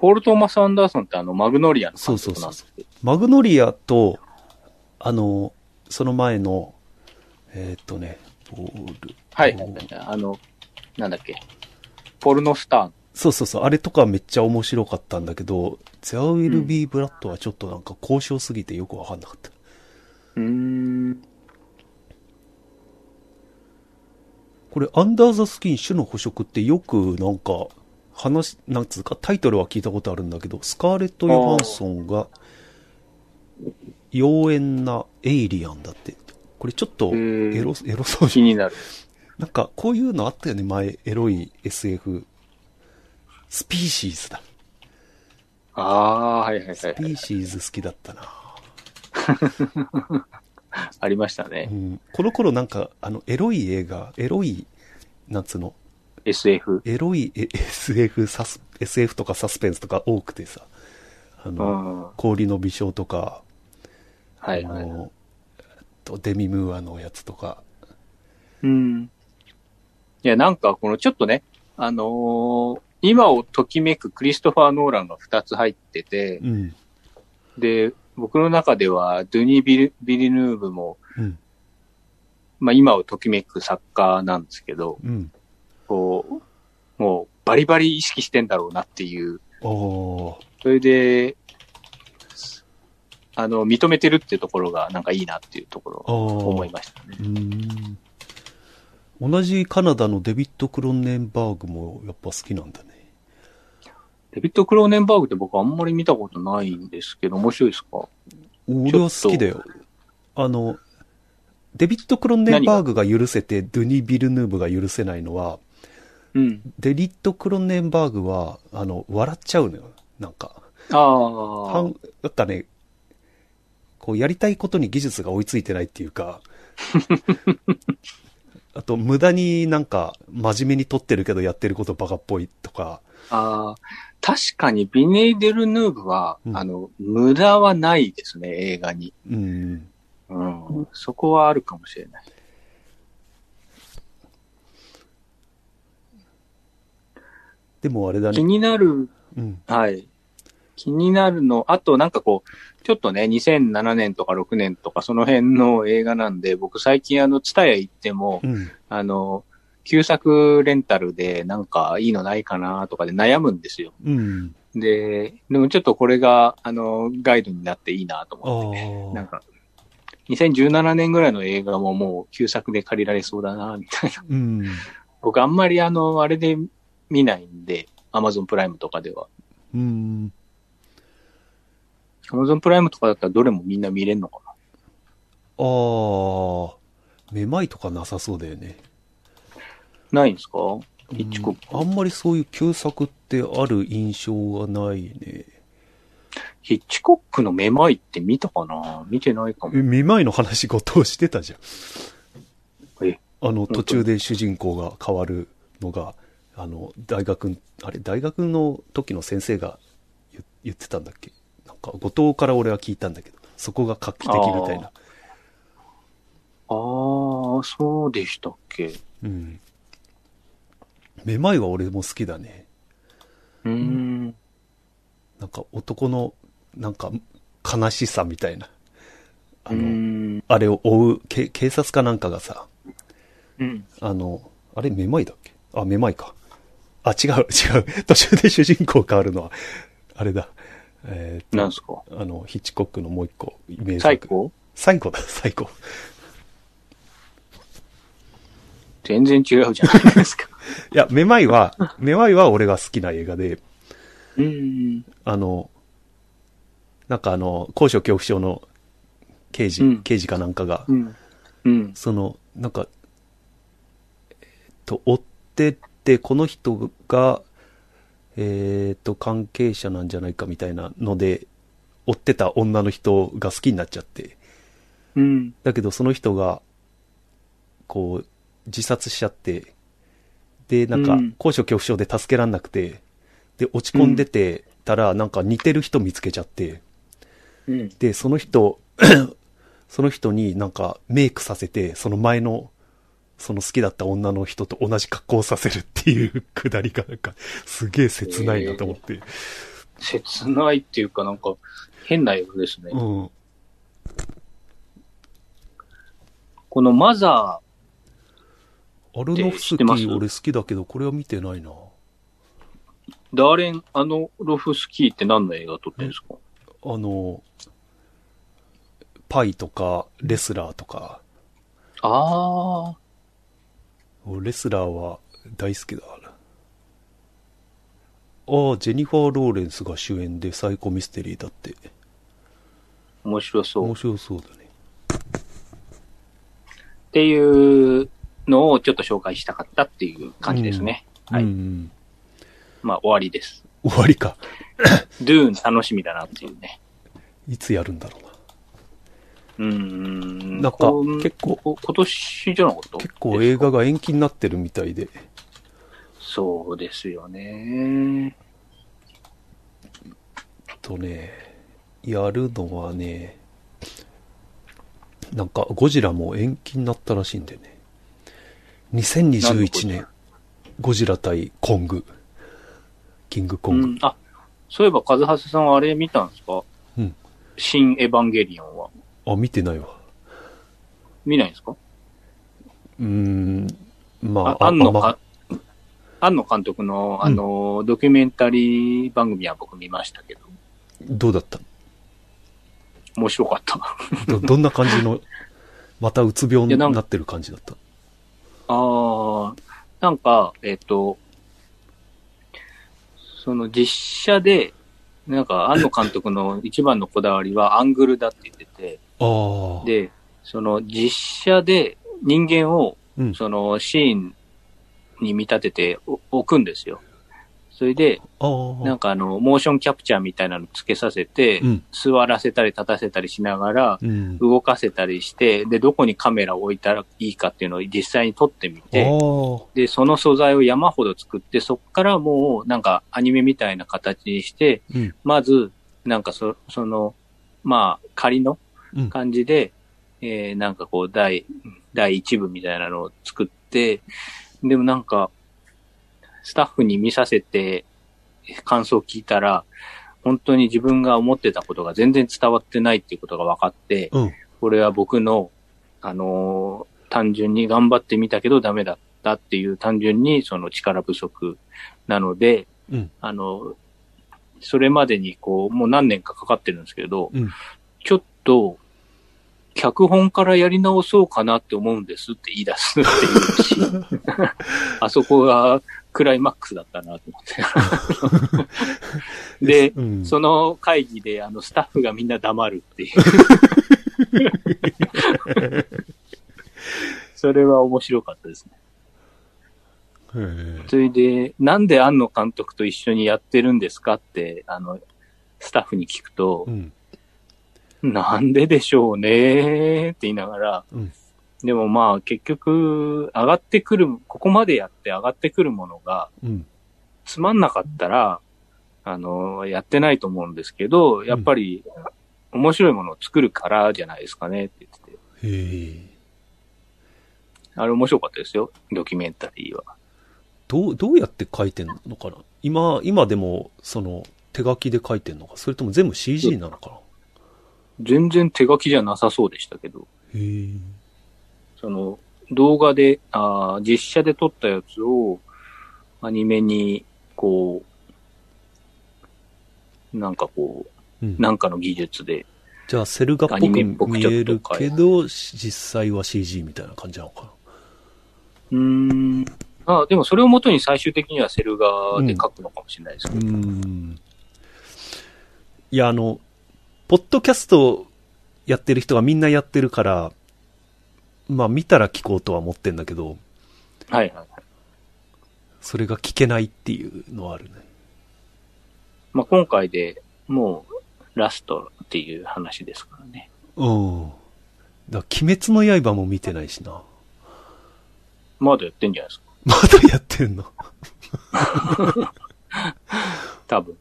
Speaker 2: ポール・トーマス・アンダーソンってあの、マグノリアの監督なんです
Speaker 1: そうそうマグノリアと、あの、その前の、えーっとね、ボール。
Speaker 2: はい。あの、なんだっけ。ポルノスター。
Speaker 1: そうそうそう、あれとかめっちゃ面白かったんだけど、ゼアウィル・ビー・ブラッドはちょっとなんか交渉すぎてよくわかんなかった。
Speaker 2: うーん。
Speaker 1: これ、アンダー・ザ・スキン、種の捕食ってよくなんか、話、なんつうか、タイトルは聞いたことあるんだけど、スカーレット・ヨハンソンが、妖艶なエイリアンだって。これちょっと、
Speaker 2: うーん
Speaker 1: エロ、エロそうじ
Speaker 2: 気
Speaker 1: ゃん
Speaker 2: になる。
Speaker 1: なんか、こういうのあったよね、前、エロい SF。スピーシーズだ。
Speaker 2: ああ、はいはいは
Speaker 1: ス
Speaker 2: い
Speaker 1: ピ。ーシーズ好きだったな。
Speaker 2: ありました
Speaker 1: う
Speaker 2: ね。
Speaker 1: ん、この頃なんか、あの、エロい映画、エロい、なんつうの、
Speaker 2: SF。
Speaker 1: エロいえ SF、サス、SF とかサスペンスとか多くてさ、あ
Speaker 2: う
Speaker 1: の、
Speaker 2: ん。は
Speaker 1: 氷の微笑とか、
Speaker 2: い
Speaker 1: あ
Speaker 2: はい。
Speaker 1: の、えっとデミムーアのやつとか、
Speaker 2: うん。いや、なんかこのちょっとね、あのー今をときめくクリストファー・ノーランが2つ入ってて、
Speaker 1: うん、
Speaker 2: で、僕の中ではドゥニー・ビルビリヌーブも、
Speaker 1: うん、
Speaker 2: まあ今をときめく作家なんですけど、
Speaker 1: うん。
Speaker 2: こう、もうバリバリ意識してんだろうなっていう、
Speaker 1: おー
Speaker 2: それで、あの、認めてるっていうところがなんかいいなっていうところ
Speaker 1: あー
Speaker 2: を思いましたね
Speaker 1: う。ーん。同じカナダのデビッド・クロンネンバーグもやっぱ好きなんだね。
Speaker 2: デビッド・クローネンバーグって僕あんまり見たことないんですけど、面白いですか
Speaker 1: 俺は好きだよ。あの、デビッド・クロンネンバーグが許せて、ドゥニ・ビルヌーブが許せないのは、
Speaker 2: うん。
Speaker 1: デビッド・クロンネンバーグは、あの、笑っちゃうのよ。なんか。
Speaker 2: ああ。
Speaker 1: はん、なんかね、こう、やりたいことに技術が追いついてないっていう か、あと、無駄になんか、真面目に撮ってるけどやってることバカっぽいとか、
Speaker 2: ああ、確かにビネイ・デル・ヌーブは、
Speaker 1: うん
Speaker 2: あの、無駄はないですね、映画に。
Speaker 1: うん。
Speaker 2: うん。そこはあるかもしれない。
Speaker 1: でもあれだ
Speaker 2: 気
Speaker 1: ね。
Speaker 2: になる、
Speaker 1: うん。
Speaker 2: はい。気になるの、あとなんかこう、ちょっとね、2007年とか6年とかその辺の映画なんで、僕最近あの、ツタヤ行っても、
Speaker 1: うん。
Speaker 2: あの、旧作レンタルでなんかいいのないかなとかで悩むんですよ。
Speaker 1: うん。
Speaker 2: で、でもちょっとこれが、あの、ガイドになっていいなと
Speaker 1: あ
Speaker 2: 思って。な
Speaker 1: あ
Speaker 2: ん。か、2017年ぐらいの映画ももう旧作で借りられそうだな、みたいな。
Speaker 1: うん。
Speaker 2: 僕あんまりあの、あれで見ないんで、Amazon プライムとかでは。
Speaker 1: うん。
Speaker 2: Amazon プライムとかだったらどれもみんな見れるのかな
Speaker 1: ああ。めまいとかなさそうだよね。
Speaker 2: ないんですか
Speaker 1: うん
Speaker 2: ヒッチコック
Speaker 1: あんまりそういう旧作ってある印象がないね。
Speaker 2: ヒッチコックのめまいって見たかな見てないかも。
Speaker 1: えめまいの話ごとしてたじゃん
Speaker 2: え。
Speaker 1: あの、
Speaker 2: 当に
Speaker 1: 途中で主人公が変わるのが、あの、大学、あれ、大学の時の先生が言言ってたんだっけなんか、後藤から俺は聞いたんだけど、そこが画期的みたいな。
Speaker 2: ああ、そうでしたっけう
Speaker 1: うん。めまいは俺も好きだね。
Speaker 2: ーん。
Speaker 1: なんか男の、なんか悲しさみたいな。あ
Speaker 2: う
Speaker 1: の、
Speaker 2: ん。
Speaker 1: あれを追うけ、警察かなんかがさ、
Speaker 2: うん。
Speaker 1: あの、あれめまいだっけあ、めまいか。あ、違う、 違う。途中で主人公変わるのは、あれだ。えーっ
Speaker 2: なんすか
Speaker 1: と、あの、ヒッチコックのもう一個、イメージ。
Speaker 2: 最高
Speaker 1: 最高だ、 最高。
Speaker 2: 全然違うじゃないですか。
Speaker 1: いや、めまい は、めまいは俺が好きな映画で、
Speaker 2: うん。
Speaker 1: あの、なんかあの、高所恐怖症の刑事、
Speaker 2: うん
Speaker 1: 刑事かなんかが、
Speaker 2: うん。うん。
Speaker 1: その、なんか、えーっと、追ってって、この人が、えーっと、関係者なんじゃないかみたいなので、追ってた女の人が好きになっちゃって、
Speaker 2: うん。
Speaker 1: だけどその人が、こう、自殺しちゃって、で、なんか
Speaker 2: うん、
Speaker 1: 高所恐怖症で助けらんなくて、で、落ち込んでてたら、なんか似てる人見つけちゃって、
Speaker 2: うん。
Speaker 1: で、その人、 その人になんかメイクさせて、その前の、その好きだった女の人と同じ格好をさせるっていうくだりがなんか、すげえ切ないなと思って。
Speaker 2: 切ないっていうか、なんか、変な映画ですね。
Speaker 1: うん。
Speaker 2: このマザ
Speaker 1: アルノフスキー俺好きだけど、これは見てないな。
Speaker 2: ー、ダーレン・アノロフスキーって何の映画撮ってるんですか
Speaker 1: あの、パイとか、レスラーとか、
Speaker 2: ああ、
Speaker 1: レスラーは大好きだ。ああ、ジェニファー・ローレンスが主演でサイコミステリーだって。
Speaker 2: 面白そう。っ
Speaker 1: 面白そうだね。
Speaker 2: ていうのをちょっと紹介したかったっていう感じですね。はい
Speaker 1: うん
Speaker 2: まあ、終わりです。
Speaker 1: うん。終わりか。
Speaker 2: ドゥーン楽しみだなっていうね。
Speaker 1: いつやるんだろうな。
Speaker 2: うーん。
Speaker 1: なんか
Speaker 2: こん
Speaker 1: 結構
Speaker 2: こ今年じゃなかった
Speaker 1: 結構映画が延期になってるみたいで。
Speaker 2: そうですよね。
Speaker 1: とね、やるのはね、なんかゴジラも延期になったらしいんでね。2021
Speaker 2: 何
Speaker 1: 年
Speaker 2: の、
Speaker 1: ゴジラ対コング。キングコ
Speaker 2: う
Speaker 1: ング。
Speaker 2: ん。あ、そういえば、カズハセさんはあれ見たんですか
Speaker 1: うん。
Speaker 2: 新エヴァンゲリオンは。
Speaker 1: あ、見てないわ。
Speaker 2: 見ないんですか
Speaker 1: うーん、ま
Speaker 2: あ、
Speaker 1: あ、あ
Speaker 2: 庵野
Speaker 1: あま
Speaker 2: か、庵野監督の、
Speaker 1: うん
Speaker 2: あの、ドキュメンタリー番組は僕見ましたけど、
Speaker 1: どうだった
Speaker 2: 面白かった。
Speaker 1: どどんな感じ の、またうつ病
Speaker 2: い
Speaker 1: に
Speaker 2: やなん
Speaker 1: なってる感じだった。
Speaker 2: ああ、なんか、えっ、と、その実写で、なんか、庵野監督の一番のこだわりはアングルだって言ってて、
Speaker 1: ああ。
Speaker 2: で、その実写で人間を
Speaker 1: うん、
Speaker 2: そのシーンに見立ててお置くんですよ。それで、
Speaker 1: あ
Speaker 2: なん
Speaker 1: あ。
Speaker 2: かあの、モーションキャプチャーみたいなのつけさせて、
Speaker 1: うん。
Speaker 2: 座らせたり立たせたりしながら、
Speaker 1: うん。
Speaker 2: 動かせたりして、で、どこにカメラを置いたらいいかっていうのを実際に撮ってみ
Speaker 1: あ
Speaker 2: て、で、その素材を山ほど作って、そこからもうなんかアニメみたいな形にして、
Speaker 1: あ。うん。
Speaker 2: まず、なんかそその、まあ、仮の
Speaker 1: うん。
Speaker 2: 感じで、えー、なんかこう、第、第一部みたいなのを作って、でもなんか、スタッフに見させて、感想を聞いたら、本当に自分が思ってたことが全然伝わってないっていうことが分かって、
Speaker 1: うん。
Speaker 2: これは僕の、あのー単純に頑張ってみたけどダメだったっていう単純にその力不足なので、
Speaker 1: うん
Speaker 2: あの、それまでにこう、もう何年かかかってるんですけど、
Speaker 1: うん
Speaker 2: ちょっと、脚本からやり直そうかなって思うんですって言い出すっていうシー ン。あそこがクライマックスだったなと思って。で、
Speaker 1: うん、
Speaker 2: その会議で、あの、スタッフがみんな黙る っていう。それは面白かったですね。
Speaker 1: へえ
Speaker 2: それで、なんで庵野監督と一緒にやってるんですかって、あの、スタッフに聞くと
Speaker 1: う、ん。
Speaker 2: なんででしょうねって言いながら、
Speaker 1: うん
Speaker 2: でもまあ結局、上がってくる、ここまでやって上がってくるものが、
Speaker 1: うん。
Speaker 2: つまんなかったら、あの、やってないと思うんですけど、やっぱり、面白いものを作るからじゃないですかねって言ってて。
Speaker 1: へえ。
Speaker 2: あれ面白かったですよ、ドキュメンタリーは。
Speaker 1: どう、どうやって書いてんのかな今、今でも、その、手書きで書いてんのかそれとも全部 CG なのかな
Speaker 2: 全然手書きじゃなさそうでしたけど、
Speaker 1: へえ。
Speaker 2: その、動画で、あー実写で撮ったやつを、アニメに、こう、なんかこ
Speaker 1: うん
Speaker 2: う、なんかの技術で、
Speaker 1: じゃあ、セル画っぽ
Speaker 2: アニメっ
Speaker 1: く
Speaker 2: ぽく
Speaker 1: 見
Speaker 2: ちょっと
Speaker 1: えるけど、し実際は CG みたいな感じなのかな
Speaker 2: うーん、あーでもそれをもとに最終的にはセル画で書くのかもしれないですけ
Speaker 1: う
Speaker 2: ど、
Speaker 1: ーんいや、あの、ポッドキャストやってる人がみんなやってるから、まあ見たら聞こうとは思ってんだけど、
Speaker 2: はいはい。
Speaker 1: それが聞けないっていうのはあるね。
Speaker 2: まあ、今回でもうラストっていう話ですからね。
Speaker 1: うん。だから鬼滅の刃も見てないしな。
Speaker 2: まだやってんじゃないですか。
Speaker 1: まだやってんの
Speaker 2: 多分。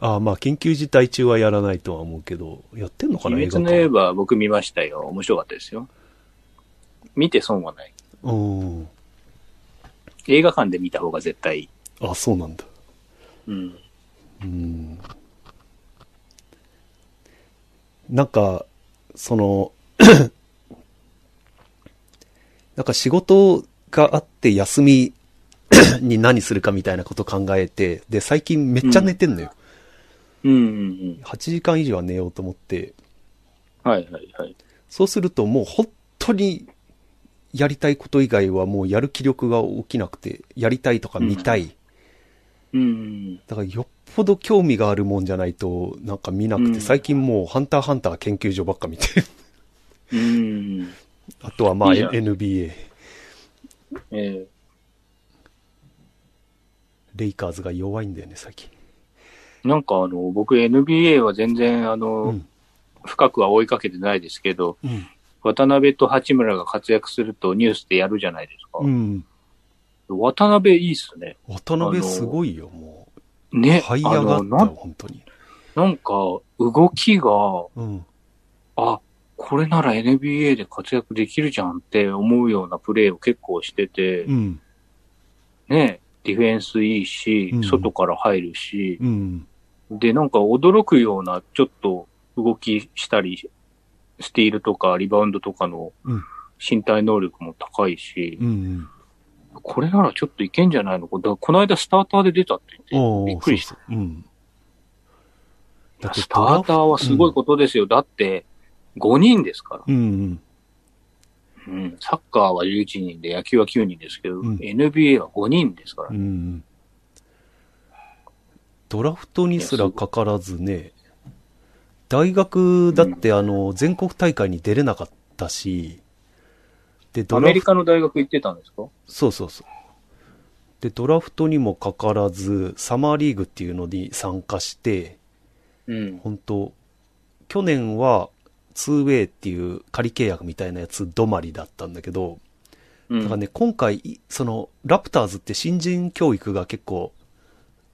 Speaker 1: ああ、まあ緊急事態中はやらないとは思うけど、やってんのかな
Speaker 2: 鬼滅の
Speaker 1: 映画館
Speaker 2: 刃は僕見ましたよ。面白かったですよ。見て損はない。
Speaker 1: うん。
Speaker 2: 映画館で見た方が絶対いい。
Speaker 1: あ、そうなんだ。
Speaker 2: うん。
Speaker 1: うんなんか、その、 なんか仕事があって休み に何するかみたいなこと考えて、で、最近めっちゃ寝てんのよ。
Speaker 2: うんうん
Speaker 1: 8時間以上は寝ようと思って、
Speaker 2: うん。はいはいはい。
Speaker 1: そうするともう本当にやりたいこと以外はもうやる気力が起きなくて、やりたいとか見たい。
Speaker 2: うんうん
Speaker 1: だからよっぽど興味があるもんじゃないと、なんか見なくて、
Speaker 2: うん
Speaker 1: 最近もうハンターハンター研究所ばっか見てる。
Speaker 2: うん。うんうん。
Speaker 1: あとはまあ
Speaker 2: いいじゃん
Speaker 1: NBA、
Speaker 2: え
Speaker 1: レイカーズが弱いんだよね、最近。
Speaker 2: ーなんかあの、僕 NBA は全然あの、
Speaker 1: うん
Speaker 2: 深くは追いかけてないですけど、渡辺と八村が活躍するとニュースでやるじゃないですか。
Speaker 1: うん。
Speaker 2: 渡辺いいっすね。
Speaker 1: 渡辺すごいよ、もう。
Speaker 2: ね。
Speaker 1: 這い上がっ
Speaker 2: あ
Speaker 1: たよ
Speaker 2: のな、
Speaker 1: 本当に。
Speaker 2: なんか、動きが、
Speaker 1: うん。
Speaker 2: あ、これなら NBA で活躍できるじゃんって思うようなプレーを結構してて、
Speaker 1: うん。
Speaker 2: ね。ディフェンスいいし
Speaker 1: うん、
Speaker 2: 外から入るし、
Speaker 1: うん。
Speaker 2: で、なんか驚くような、ちょっと動きしたり、スティールとかリバウンドとかの
Speaker 1: うん
Speaker 2: 身体能力も高いし、
Speaker 1: うん。
Speaker 2: これならちょっといけんじゃないのか。だからこの間スターターで出たって言っ
Speaker 1: お
Speaker 2: て、
Speaker 1: ー
Speaker 2: びっくりした。
Speaker 1: そうそううん。だって
Speaker 2: スターターはすごいことですよ。だって、5人ですから。
Speaker 1: うんうん。
Speaker 2: うん。サッカーは11人で、野球は9人ですけど、
Speaker 1: うん
Speaker 2: NBA は5人ですから
Speaker 1: う。ん。ドラフトにすらかからずね、大学だってあの、全国大会に出れなかったし、で、
Speaker 2: ア
Speaker 1: ドラ
Speaker 2: メ
Speaker 1: フ
Speaker 2: リカの大学行ってたんですか
Speaker 1: そうそうそう。で、ドラフトにもかからず、サマーリーグっていうのに参加して、
Speaker 2: うん。
Speaker 1: 本当去年は 2way っていう仮契約みたいなやつ止まりだったんだけど、
Speaker 2: うん
Speaker 1: だからね、今回、いその、ラプターズって新人教育が結構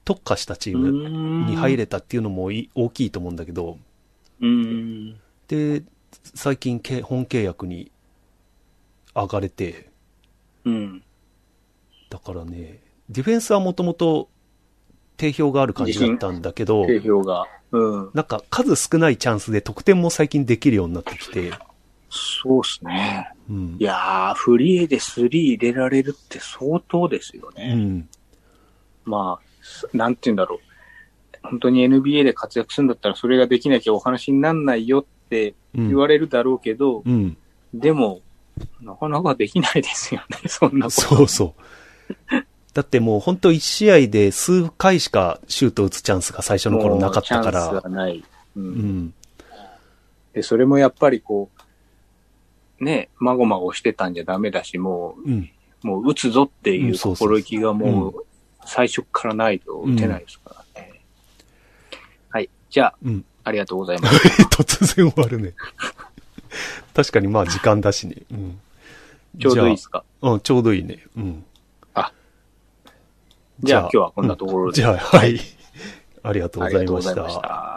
Speaker 1: 特化したチームに
Speaker 2: に
Speaker 1: 入れたっていうのもい大きいと思うんだけど、
Speaker 2: うん。
Speaker 1: で、最近け本契約に上がれて、
Speaker 2: うん。
Speaker 1: だからね、ディフェンスはもともと定評がある感じだったんだけど、
Speaker 2: 定評が。うん。
Speaker 1: なんか数少ないチャンスで得点も最近できるようになってきて、
Speaker 2: そうっすね。
Speaker 1: うん
Speaker 2: い。やー、フリーで3入れられるって相当ですよ
Speaker 1: う
Speaker 2: ね。
Speaker 1: ん。
Speaker 2: まあ、なんて言うんだろう。本当に NBA で活躍するんだったらそれができなきゃお話になんないよって
Speaker 1: うん
Speaker 2: 言われるだろうけど、
Speaker 1: うん。
Speaker 2: でも、なかなかできないですよね、そんなこと。
Speaker 1: そうそう。だってもう本当1試合で数回しかシュート打つチャンスが最初の頃なかったか
Speaker 2: もうチャン
Speaker 1: ら
Speaker 2: ス、がない。うん
Speaker 1: うん。
Speaker 2: で、それもやっぱりこう、ね、まごまごしてたんじゃダメだし、も
Speaker 1: うん。
Speaker 2: う、もう打つぞって
Speaker 1: う
Speaker 2: い
Speaker 1: ん
Speaker 2: う
Speaker 1: そうそうそう
Speaker 2: 心意気がもう、最初からないと打てないですからね。はい。じゃあ、
Speaker 1: うん。
Speaker 2: ありがとうござい ます。
Speaker 1: 突然終わるね。確かにまあ時間だしね。うん。
Speaker 2: ちょうどいいですか。
Speaker 1: じゃあうん、ちょうどいいね。うん。
Speaker 2: あ。じゃあ今日はこんなところ
Speaker 1: う
Speaker 2: で
Speaker 1: んじゃあ、はい。ありがとう
Speaker 2: あ
Speaker 1: ござい
Speaker 2: りがとうご
Speaker 1: ま
Speaker 2: ざ
Speaker 1: し。
Speaker 2: いましたた。